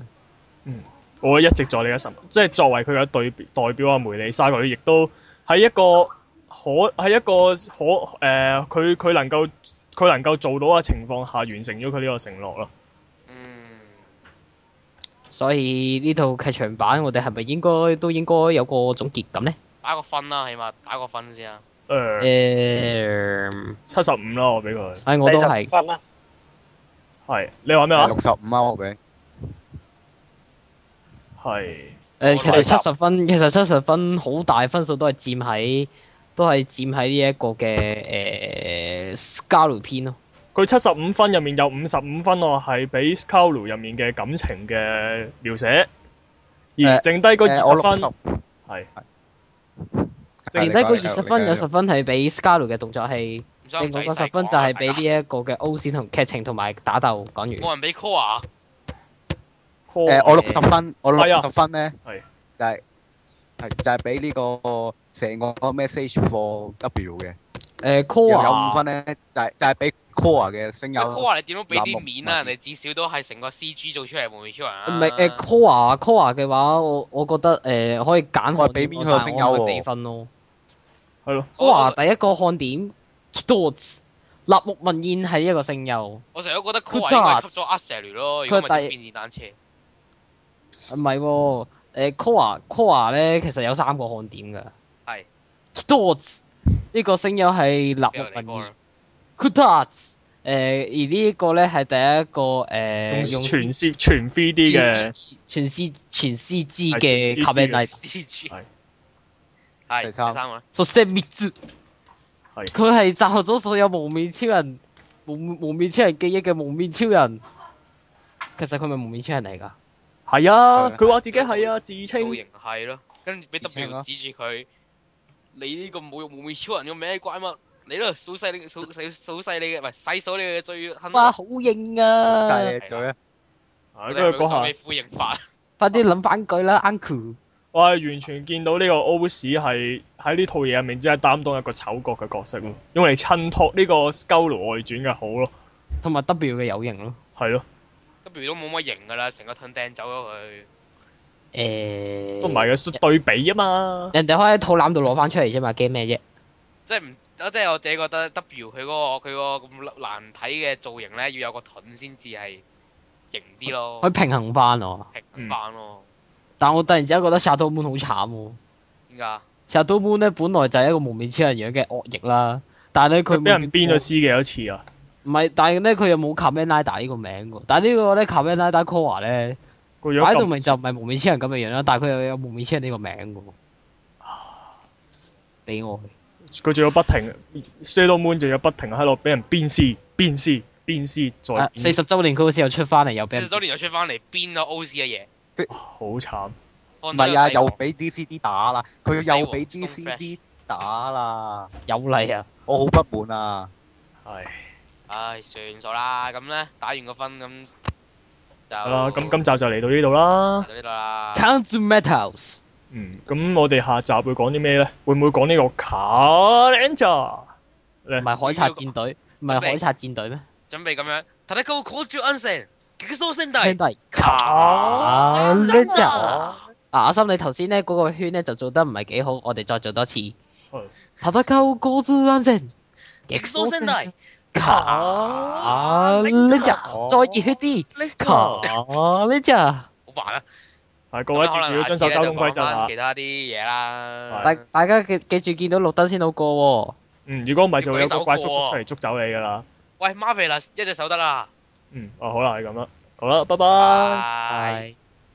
[SPEAKER 1] 我一直在你嘅心，即係作為佢嘅代表代表阿梅里莎，佢亦都喺一個可喺一個可誒，佢、佢能夠佢能夠做到嘅情況下，完成咗佢呢個承諾咯。
[SPEAKER 5] 嗯，
[SPEAKER 3] 所以呢套劇場版我哋係咪應該都應該有個總結咁呢？
[SPEAKER 5] 打個分啦，起碼打個分先啊。
[SPEAKER 1] 誒
[SPEAKER 3] 誒，
[SPEAKER 1] 七十五啦，我俾佢
[SPEAKER 3] 唉，我都係
[SPEAKER 4] 45分啦，
[SPEAKER 1] 係你話咩話？
[SPEAKER 6] 六十五啊，我俾。
[SPEAKER 1] 係
[SPEAKER 3] 誒，呃其實七十分，其實七十分好大分數都係佔喺，都係佔喺呢一個嘅誒 s c a r l 篇咯。
[SPEAKER 1] 佢七十五分入面有五十五分，我係俾 s c o l 入面嘅感情嘅描寫，而
[SPEAKER 6] 誒
[SPEAKER 1] 剩低嗰二
[SPEAKER 6] 誒我
[SPEAKER 1] 十
[SPEAKER 6] 六
[SPEAKER 1] 分
[SPEAKER 6] 十
[SPEAKER 1] 係
[SPEAKER 3] 剩低嗰二十分有十分係俾 s c a r l 嘅動作戲，
[SPEAKER 5] 唔想
[SPEAKER 3] 另
[SPEAKER 5] 咁
[SPEAKER 3] 外嗰
[SPEAKER 5] 仔細
[SPEAKER 3] 十分
[SPEAKER 5] 講啊
[SPEAKER 3] 就
[SPEAKER 5] 啦
[SPEAKER 3] 係俾呢一個嘅 O 線同劇情同埋打鬥講
[SPEAKER 5] 大家
[SPEAKER 3] 完。
[SPEAKER 5] 冇人俾 call 啊！
[SPEAKER 6] 誒，
[SPEAKER 1] call
[SPEAKER 6] 我六十分，我
[SPEAKER 1] 係啊
[SPEAKER 6] 六十分咧，
[SPEAKER 1] 係
[SPEAKER 6] 就係係就係俾呢個成個 message for W 嘅，
[SPEAKER 3] 誒
[SPEAKER 6] 有五
[SPEAKER 3] core
[SPEAKER 6] 分咧，就係就係俾 c core 嘅聲優咯。
[SPEAKER 5] core 你點都俾啲
[SPEAKER 6] 藍綠
[SPEAKER 5] 面啦，
[SPEAKER 6] 藍
[SPEAKER 5] 人哋至少都係成個 CG 做出嚟冇面超人啊。
[SPEAKER 3] 唔係誒 core core 嘅話，我我覺得誒可以揀看
[SPEAKER 6] 我係俾
[SPEAKER 3] 點，
[SPEAKER 6] 面
[SPEAKER 3] 但
[SPEAKER 6] 佢聲
[SPEAKER 3] 係
[SPEAKER 6] 優
[SPEAKER 3] 我唔會
[SPEAKER 6] 喎
[SPEAKER 3] 俾分咯。
[SPEAKER 1] 係咯，
[SPEAKER 5] 我
[SPEAKER 3] core 第一個看點 k i d s 立木文燕係一個聲優，
[SPEAKER 5] 我成日都覺得
[SPEAKER 3] 佢
[SPEAKER 5] core 應該
[SPEAKER 3] 真係
[SPEAKER 5] 吸咗阿 s e l 咯，如果唔
[SPEAKER 3] 佢
[SPEAKER 5] 係
[SPEAKER 3] 第
[SPEAKER 5] 變電單車。
[SPEAKER 3] 唔係喎誒 core core 咧其實有三個看點㗎。
[SPEAKER 5] 係
[SPEAKER 3] k i d s 呢個聲優係
[SPEAKER 5] 俾我
[SPEAKER 3] 立
[SPEAKER 5] 嚟
[SPEAKER 3] 木
[SPEAKER 5] 講啊
[SPEAKER 3] 文燕
[SPEAKER 5] 啦
[SPEAKER 3] k i d s 誒而呢一個咧係第一個誒、
[SPEAKER 1] 用
[SPEAKER 3] 用
[SPEAKER 1] 全攝全 3D 嘅，
[SPEAKER 3] 全 C 全 C 支
[SPEAKER 1] 係
[SPEAKER 3] 嘅
[SPEAKER 1] 全 CG
[SPEAKER 3] 卡比
[SPEAKER 1] 嘅
[SPEAKER 3] 拉，
[SPEAKER 5] CG
[SPEAKER 1] 係
[SPEAKER 5] 係
[SPEAKER 6] 第
[SPEAKER 5] 第
[SPEAKER 3] 啊
[SPEAKER 6] 三
[SPEAKER 5] 三啊個啦，
[SPEAKER 3] 所以 Mitsu
[SPEAKER 1] 係
[SPEAKER 3] 佢係集合咗所有無面超人、無無面超人記憶嘅無面超人。其實佢咪無面超人嚟㗎？
[SPEAKER 1] 係啊，
[SPEAKER 6] 係
[SPEAKER 1] 佢話自己係啊，自
[SPEAKER 5] 造
[SPEAKER 1] 稱
[SPEAKER 5] 型係咯，跟住俾
[SPEAKER 6] 自稱
[SPEAKER 5] W
[SPEAKER 6] 咯
[SPEAKER 5] 指住佢，你呢個侮辱無面超人嘅名關乜？你咯，數細你數細數細你嘅，唔係細數你嘅最狠
[SPEAKER 3] 哇，
[SPEAKER 5] 啦。
[SPEAKER 3] 好型啊！
[SPEAKER 6] 但係做咧，
[SPEAKER 1] 係啊跟住嗰下，
[SPEAKER 5] 你呼應法， [LAUGHS]
[SPEAKER 3] 快啲諗翻句啦，Uncle。
[SPEAKER 1] 我係完全見到呢個 o s 係喺呢套嘢入面只係擔當一個丑角嘅角色咯，用嚟襯托呢個《鳩奴外傳》嘅好咯，
[SPEAKER 3] 同埋 W 嘅有型咯。
[SPEAKER 1] 係咯，
[SPEAKER 5] W 都冇乜型㗎啦，成個盾掟走咗佢。
[SPEAKER 3] 誒、
[SPEAKER 1] 都唔係嘅，對比啊嘛，
[SPEAKER 3] 人哋可以喺肚腩度攞翻出嚟啫嘛，驚咩啫？
[SPEAKER 5] 即係唔，我即係我自己覺得 W 佢嗰、個佢個咁難睇嘅造型咧，要有個盾先至係型啲咯
[SPEAKER 3] 可以，平衡翻我。
[SPEAKER 5] 平衡翻咯。
[SPEAKER 3] 但我突然之間覺得 Shadow Moon 好慘喎、
[SPEAKER 5] 點解？
[SPEAKER 3] Shadow Moon 咧本來就係一個無面超人樣嘅惡役啦，但係咧佢
[SPEAKER 1] 佢俾人
[SPEAKER 3] 變
[SPEAKER 1] 編咗 C 幾多次啊？
[SPEAKER 3] 唔係，但係咧佢又冇 c a m e n i d a 呢個名喎。但係呢個咧 c a m e n i d a Core 咧
[SPEAKER 1] 個樣
[SPEAKER 3] 擺到
[SPEAKER 1] 咁
[SPEAKER 3] 明就唔係無面超人咁嘅樣啦，但係佢又有無面超人呢個名嘅喎。俾我
[SPEAKER 1] 佢仲要不停 Shadow Moon 仲要不停喺度俾人鞭屍、鞭屍、鞭屍，再
[SPEAKER 3] 啊四
[SPEAKER 1] 鞭屍
[SPEAKER 3] 十週年佢好似又出翻嚟，又俾
[SPEAKER 5] 四
[SPEAKER 3] 人
[SPEAKER 5] 十周年又出翻嚟，邊個 O C 嘅嘢？
[SPEAKER 1] 好慘。
[SPEAKER 5] 唔
[SPEAKER 6] 唔係啊，又俾 DCD 打啦，佢又俾
[SPEAKER 5] Stone Flash
[SPEAKER 6] DCD 打啦，
[SPEAKER 3] 有嚟啊！
[SPEAKER 6] 我好不滿啊！
[SPEAKER 1] 係
[SPEAKER 5] 唉，算數啦，咁咧打完個分咁就
[SPEAKER 1] 好啦，咁今集就嚟到呢度啦。
[SPEAKER 5] 就呢度啦。
[SPEAKER 3] Count to Metals，
[SPEAKER 1] 嗯，咁我哋下集會講啲咩咧？會唔會講呢個卡 a n g e r
[SPEAKER 3] 唔係海賊戰隊，唔係海賊戰隊咩？
[SPEAKER 5] 準備咁樣，睇得高 call 住 Anson，極速兄弟，
[SPEAKER 3] 兄弟，
[SPEAKER 1] 哦卡
[SPEAKER 3] 啊呢集
[SPEAKER 5] 啊 [LAUGHS]
[SPEAKER 3] 啊，阿心你頭先咧嗰個圈咧就做得唔係幾好，我哋再做多次。
[SPEAKER 1] 好
[SPEAKER 3] 塔德鳩高之安靜，
[SPEAKER 5] 極速兄弟，
[SPEAKER 1] 啊
[SPEAKER 3] 卡啊呢集再熱血啲，卡呢集，
[SPEAKER 5] 好煩啊！
[SPEAKER 1] 係各位記住要遵守交通規則
[SPEAKER 5] 咁可能
[SPEAKER 1] 啊
[SPEAKER 5] 下次咧就講返！其他啲嘢啦
[SPEAKER 3] 大。大家記記住見到綠燈先好過喎。
[SPEAKER 1] 嗯，如果唔係就會有
[SPEAKER 5] 舉
[SPEAKER 1] 個
[SPEAKER 5] 手
[SPEAKER 1] 怪叔叔
[SPEAKER 5] 過啊
[SPEAKER 1] 出嚟捉走你㗎啦。
[SPEAKER 5] 喂 m a r v e l 一隻手得啦，
[SPEAKER 3] 啊
[SPEAKER 1] 嗯，哦，好啦，係咁啦，好啦，拜拜。
[SPEAKER 5] 拜。
[SPEAKER 3] 係。